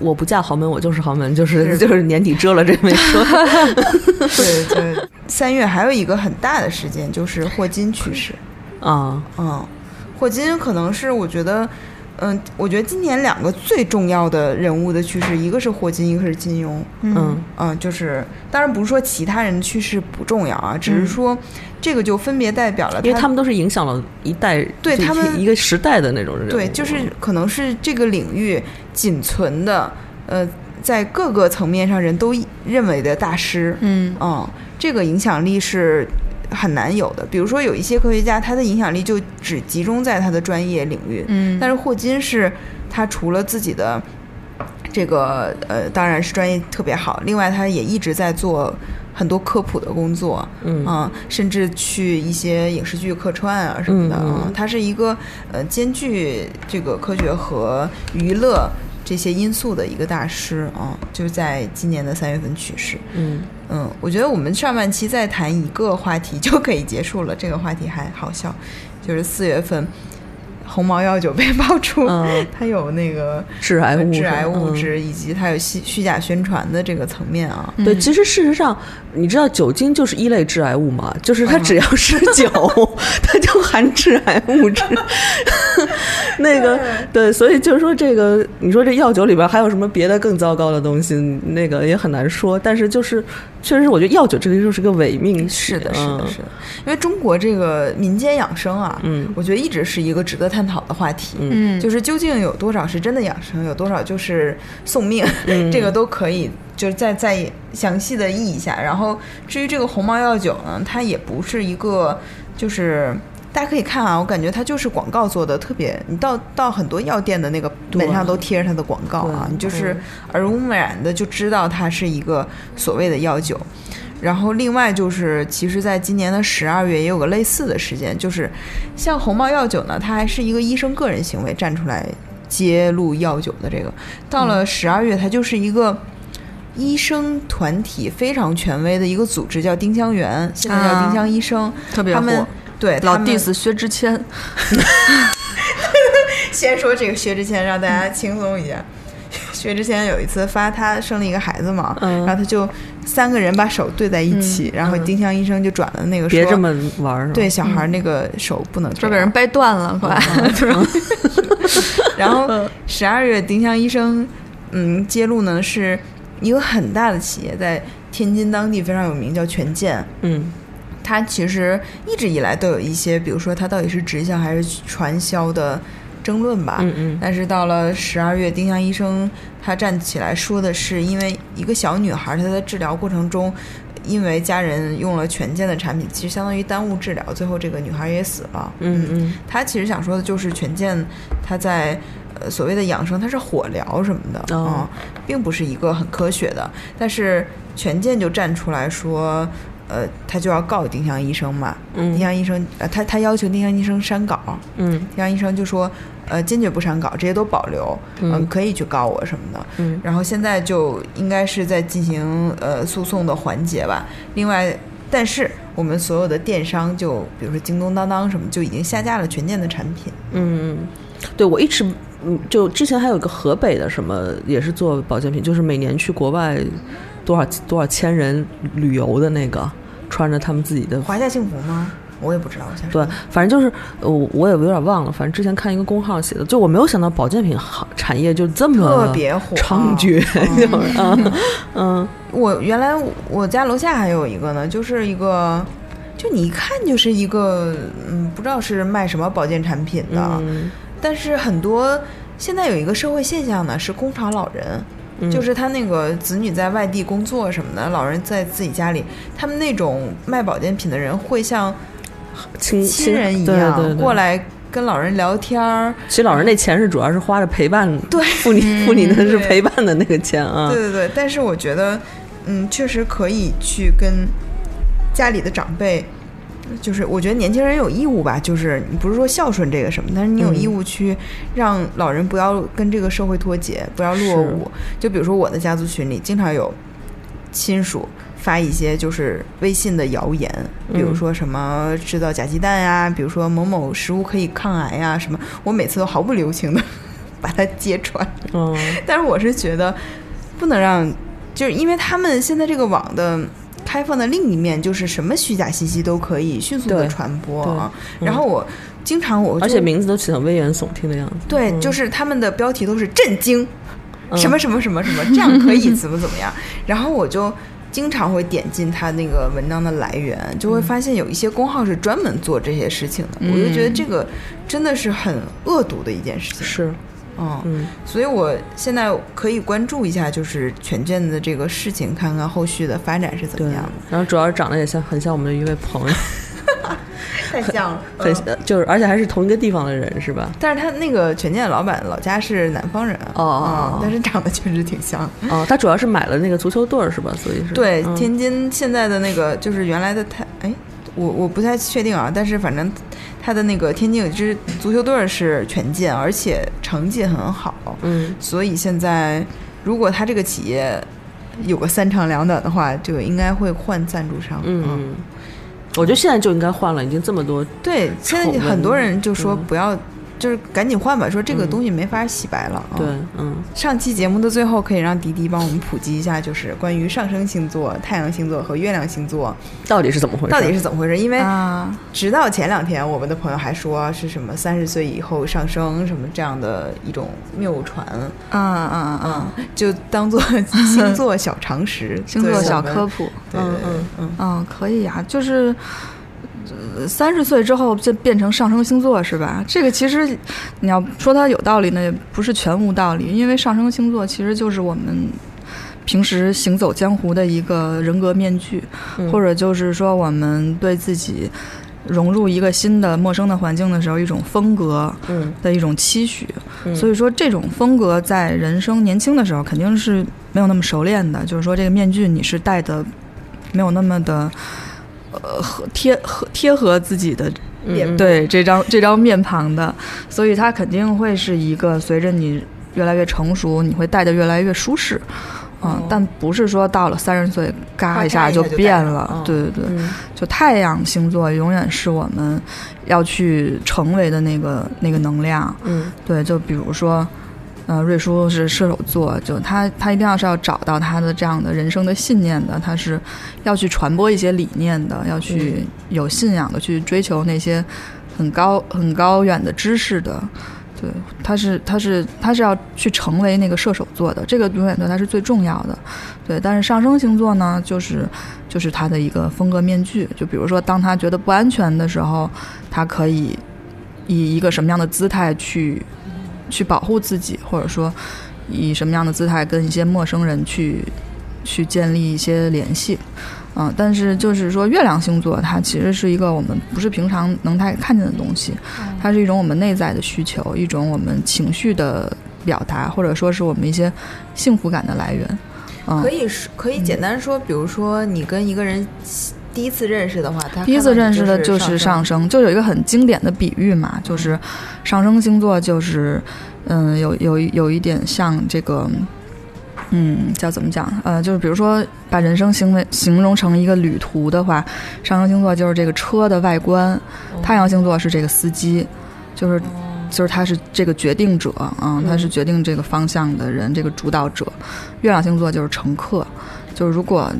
我不嫁豪门，我就是豪门，就是就是年底遮了这位说， 对对。 三月还有一个很大的事件就是霍金去世，啊，嗯，霍金可能是我觉得。嗯，我觉得今年两个最重要的人物的去世，一个是霍金，一个是金庸。嗯，嗯，就是当然不是说其他人的去世不重要啊，只是说这个就分别代表了嗯因为啊他他们都是影响了一代，对就他们一个时代的那种人物，对，就是可能是这个领域仅存的，呃，在各个层面上人都认为的大师，嗯嗯，这个影响力是很难有的。比如说有一些科学家，他的影响力就只集中在他的专业领域，嗯但是霍金是他除了自己的这个呃，当然是专业特别好，另外他也一直在做很多科普的工作，嗯啊，甚至去一些影视剧客串啊什么的嗯嗯啊，他是一个呃兼具这个科学和娱乐。这些因素的一个大师啊，就是在今年的三月份去世。嗯，嗯，我觉得我们上半期再谈一个话题就可以结束了，这个话题还好笑，就是四月份红毛药酒被爆出，嗯 它有那个致癌物是吧，致癌物嗯质，以及它有虚虚假宣传的这个层面啊。对，其实事实上，你知道酒精就是一类致癌物嘛，嗯就是它只要是 酒，它就含致癌物质。 那个嗯对，所以就是说这个，你说这药酒里边还有什么别的更糟糕的东西，那个也很难说。但是就是，确实我觉得药酒这个就是个伪命题。是的，是的，嗯是的，因为中国这个民间养生啊，嗯我觉得一直是一个值得探讨的话题，嗯就是究竟有多少是真的养生，有多少就是送命， 这个都可以，就是再再详细的议一下。然后至于这个红毛药酒呢，它也不是一个就是。大家可以看啊，我感觉它就是广告做的特别，你到到很多药店的那个门上都贴着它的广告啊，对你就是耳濡目染的就知道它是一个所谓的药酒。然后另外就是，其实在今年的十二月也有个类似的事件，就是像红帽药酒呢，它还是一个医生个人行为站出来揭露药酒的这个，到嗯了十二月，它就是一个。医生团体非常权威的一个组织叫丁香园，现在叫啊丁香医生，特别他们火对老他们 diss 薛之谦，先说这个薛之谦，让大家轻松一下。 薛之谦有一次发他生了一个孩子嘛，嗯然后他就三个人把手对在一起，然后丁香医生就转了那个嗯说别这么玩儿。啊对，小孩儿那个手不能这这被样人掰断了，快， 然嗯后十二月丁香医生，嗯，揭露呢是一个很大的企业在天津当地非常有名，叫权健。嗯它其实一直以来都有一些，比如说它到底是直销还是传销的争论吧。嗯嗯但是到了十二月，丁香医生他站起来说的是，因为一个小女孩她在治疗过程中，因为家人用了权健的产品，其实相当于耽误治疗，最后这个女孩也死了。嗯嗯，他其实想说的就是权健，他在呃所谓的养生，它是火疗什么的啊、哦嗯并不是一个很科学的。但是权健就站出来说，呃，他就要告丁香医生嘛。嗯丁香医生，呃，他他要求丁香医生删稿，嗯丁香医生就说，呃，坚决不删稿，这些都保留，嗯、嗯可以去告我什么的。嗯然后现在就应该是在进行呃诉讼的环节吧。另外，但是我们所有的电商就，比如说京东、当当什么，就已经下架了全店的产品。嗯，对我一直嗯，就之前还有一个河北的什么，也是做保健品，就是每年去国外多少多少千人旅游的那个，穿着他们自己的。 华夏幸福吗？我也不知道，我想对，反正就是呃我，我也有点忘了。反正之前看一个公号写的，就我没有想到保健品行产业就这么特别火啊猖獗，就是嗯 嗯，我原来我家楼下还有一个呢，就是一个，就你一看就是一个，嗯，不知道是卖什么保健产品的，嗯但是很多现在有一个社会现象呢，是工厂老人。嗯就是他那个子女在外地工作什么的，老人在自己家里，他们那种卖保健品的人会像亲亲人一样对对对过来跟老人聊天儿，其实老人那钱是主要是花着陪伴，对，付你付你的是对陪伴的那个钱啊，嗯对对对，但是我觉得，嗯，确实可以去跟家里的长辈，就是我觉得年轻人有义务吧，就是你不是说孝顺这个什么，但是你有义务去让老人不要跟这个社会脱节，不要落伍。就比如说我的家族群里，经常有亲属。发一些就是微信的谣言，比如说什么制造假鸡蛋呀、比如说某某食物可以抗癌呀、什么，我每次都毫不留情的 把它揭穿。嗯，但是我是觉得不能让，就是因为他们现在这个网的开放的另一面，就是什么虚假信息都可以迅速的对传播啊。对嗯然后我经常我就而且嗯名字都起得危言耸听的样子，对，就是他们的标题都是震惊，嗯什么什么什么什 么，这样可以怎么怎么样。然后我就经常会点进他那个文章的来源，就会发现有一些公号是专门做这些事情的。我就觉嗯得这个真的是很恶毒的一件事情。是，嗯，嗯所以我现在可以关注一下，就是权健的这个事情，看看后续的发展是怎对么样。然后主要是长得也像很像我们的一位朋友，的。太像了，很像就是而且还是同一个地方的人是吧？但是他那个权健的老板老家是南方人，哦哦嗯哦但是长得确实挺像。哦，他主要是买了那个足球队儿是吧？所以是对，嗯天津现在的那个就是原来的太，哎，我我不太确定啊，但是反正他的那个天津有一支足球队儿是权健，而且成绩很好，嗯所以现在如果他这个企业有个三长两短的话，就应该会换赞助商。嗯嗯，我觉得现在就应该换了，已经这么多对，现在丑闻很多人就说嗯不要，就是赶紧换吧，说这个嗯东西没法洗白了。对嗯，嗯上期节目的最后可以让迪迪帮我们普及一下，就是关于上升星座、太阳星座和月亮星座到底是怎么回事？到底是怎么回事， 因为。啊，直到前两天，我们的朋友还说是什么三十岁以后上升什么这样的一种谬传，啊啊啊！就当做星座小常识、星座小科普。普，对对对嗯嗯嗯，可以呀、就是呃三十岁之后就变成上升星座是吧？这个其实你要说它有道理呢，也不是全无道理，因为上升星座其实就是我们平时行走江湖的一个人格面具，嗯或者就是说我们对自己。融入一个新的陌生的环境的时候，一种风格嗯的一种期许，嗯所以说这种风格在人生年轻的时候肯定是没有那么熟练的，就是说这个面具你是戴的没有那么的，呃，和贴和贴合自己的嗯嗯对这张这张面庞的，所以它肯定会是一个随着你呃越来越成熟，你会戴的越来越舒适，嗯，哦但不是说到了三十岁咔嚓嘎一一下下就就戴变上了，哦对对对，嗯就太阳星座永远是我们要去成为的那个那个能量，嗯对，就比如说，呃，瑞叔是射手座，就他他一定要是要找到他的这样的人生的信念的，他是要去传播一些理念的，要去有信仰的，去追求那些很高很高远的知识的。对，他是他是他是要去成为那个射手座的，这个永远对他是最重要的。对，但是上升星座呢，就是就是他的一个风格面具。就比如说，当他觉得不安全的时候，他可以以一个什么样的姿态去去保护自己，或者说以什么样的姿态跟一些陌生人去去建立一些联系。嗯、但是就是说，月亮星座它其实是一个我们不是平常能太看见的东西，它是一种我们内在的需求，一种我们情绪的表达，或者说是我们一些幸福感的来源。嗯可，以说可以简单说，比如说你跟一个人第一次认识的话，他第一次认识的就是是上升，就有一个很经典的比喻嘛，就是嗯上升星座就是，嗯，有有有一点像这个，嗯，叫怎么讲？呃，就是比如说把人生形为形容成一个旅途的话，上升星座就是这个车的外观，太阳星座是这个司机，就是就是他是这个决定者啊、他是决定这个方向的人，这个主导者。月亮星座就是乘客，就是如果。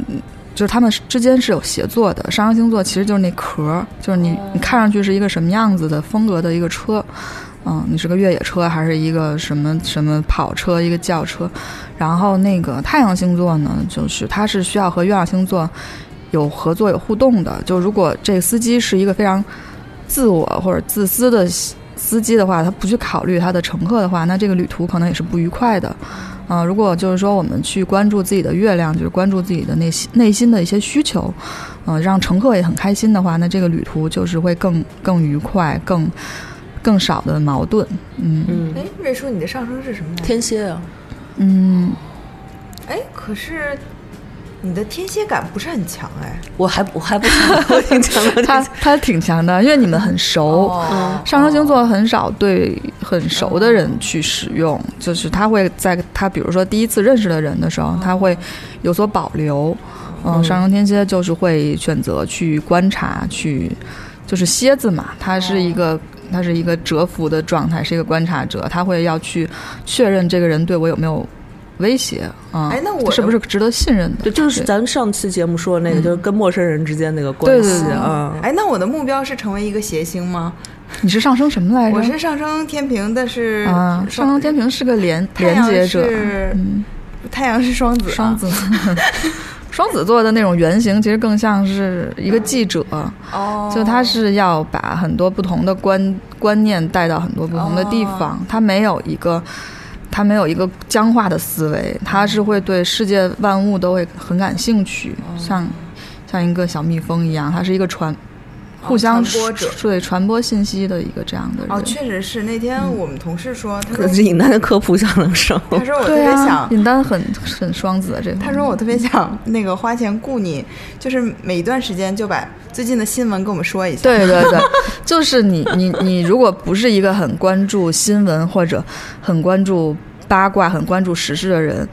就是他们是之间是有协作的，上升星座其实就是那壳儿，就是你你看上去是一个什么样子的风格的一个车，嗯，你是个越野车还是一个什么什么跑车，一个轿车，然后那个太阳星座呢，就是它是需要和月亮星座有合作、有互动的。就如果这个司机是一个非常自我或者自私的司司机的话，他不去考虑他的乘客的话，那这个旅途可能也是不愉快的。啊、如果就是说我们去关注自己的月亮，就是关注自己的内心内心的一些需求，呃，让乘客也很开心的话，那这个旅途就是会更更愉快，更更少的矛盾。嗯嗯，哎，瑞叔，你的上升是什么来着？天蝎啊，嗯，哎，可是你的天蝎感不是很强哎。我还我还不强，我挺强的。 他他挺强的，因为你们很熟。嗯哦上升星座很少对很熟的人去使用，就是他会在他比如说第一次认识的人的时候，他会有所保留。嗯，上升天蝎就是会选择去观察，去就是蝎子嘛，它是一个它是一个蛰伏的状态，是一个观察者，他会要去确认这个人对我有没有威胁啊，哎那我是不是值得信任的？对，就是咱上期节目说的那个，就是跟陌生人之间那个关对系对对啊。 哎，那我的目标是成为一个谐星吗？你是上升什么来着？我是上升天平，但是哎啊，上升天平是个连太连阳接者，是嗯，太阳是双子啊，双子， 双子座的那种原型其实更像是一个记者，哦，就他是要把很多不同的观观念带到很多不同的地方，哦他没有一个。他没有一个僵化的思维，他是会对世界万物都会很感兴趣，哦像像一个小蜜蜂一样，他是一个传互相传播者对传播信息的一个这样的人。哦，确实是。那天嗯我们同事说，他可说是尹丹的科普小能手，他说我特对别啊想，，尹丹很很双子的这方面。他说我特别想那个花钱雇你，就是每一段时间就把最近的新闻跟我们说一下。 对对对，就是你你你，如果不是一个很关注新闻或者很关注八卦、很关注时事的人，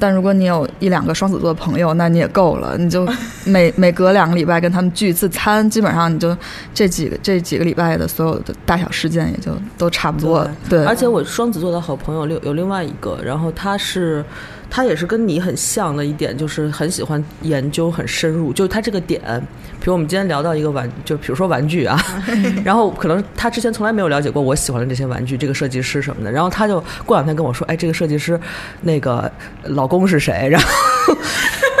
但如果你有一两个双子座的朋友，那你也够了。你就每每隔两个礼拜跟他们聚一次餐，基本上你就这几个这几个礼拜的所有的大小事件也就都差不多。对，而且我双子座的好朋友另有另外一个，然后他是，他也是跟你很像的一点，就是很喜欢研究很深入，就是他这个点，比如我们今天聊到一个玩，就比如说玩具啊，然后可能他之前从来没有了解过我喜欢的这些玩具，这个设计师什么的，然后他就过两天跟我说，哎，这个设计师那个老公是谁， 然后。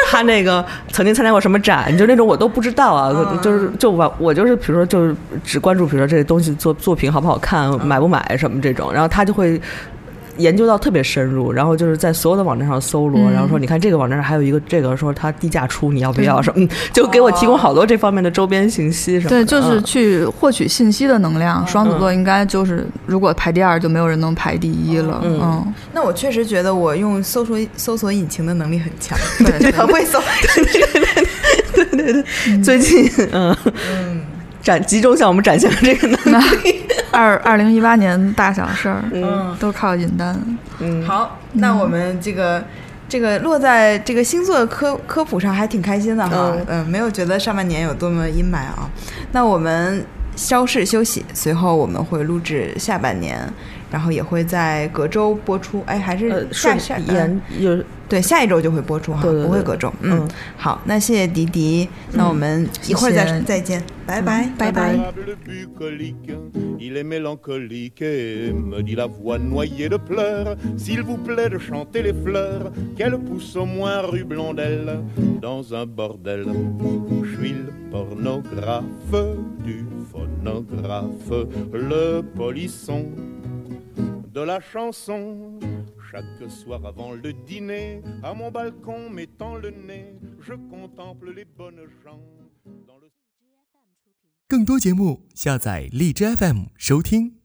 他那个曾经参加过什么展，就那种我都不知道啊，嗯 就是就我我就是比如说就是只关注比如说这个东西作作品好不好看，嗯买不买什么这种，然后他就会。研究到特别深入，然后就是在所有的网站上搜罗，然后嗯说你看这个网站上还有一个这个说它低价出，你要不要什么，嗯就给我提供好多这方面的周边信息什么的。哦对，就是嗯去获取信息的能量。双子座应该就是，如果排第二，就没有人能排第一了。嗯嗯那我确实觉得我用搜索搜索引擎的能力很强，对对很会搜。最近嗯，展集中向我们展现了这个能力。二二零一八年大小事儿，嗯都靠尹丹。嗯，好，那我们这个。这个落在这个星座的科科普上还挺开心的哈，嗯、没有觉得上半年有多么阴霾啊。那我们稍事休息，随后我们会录制下半年，然后也会在隔周播出。哎，还是呃，下顺下、嗯延就是对下一周就会播出哈，对对对不会隔周。嗯，嗯好，那谢谢迪迪，那我们一会儿再谢谢再见，拜拜，拜拜。 Diable le bucolique, il est mélancolique et me dit la voix noyée de pleurs. S'il vous plaît de chanter les fleurs qu'elle pousse au moins rue Blondel dans un bordel. Je suis le pornographe du phonographe, le polisson de la chanson. Chaque soir avant le dîner, à mon balcon mettant le nez, je contemple les bonnes gens dans le- 更多节目，下载荔枝 FM 收听。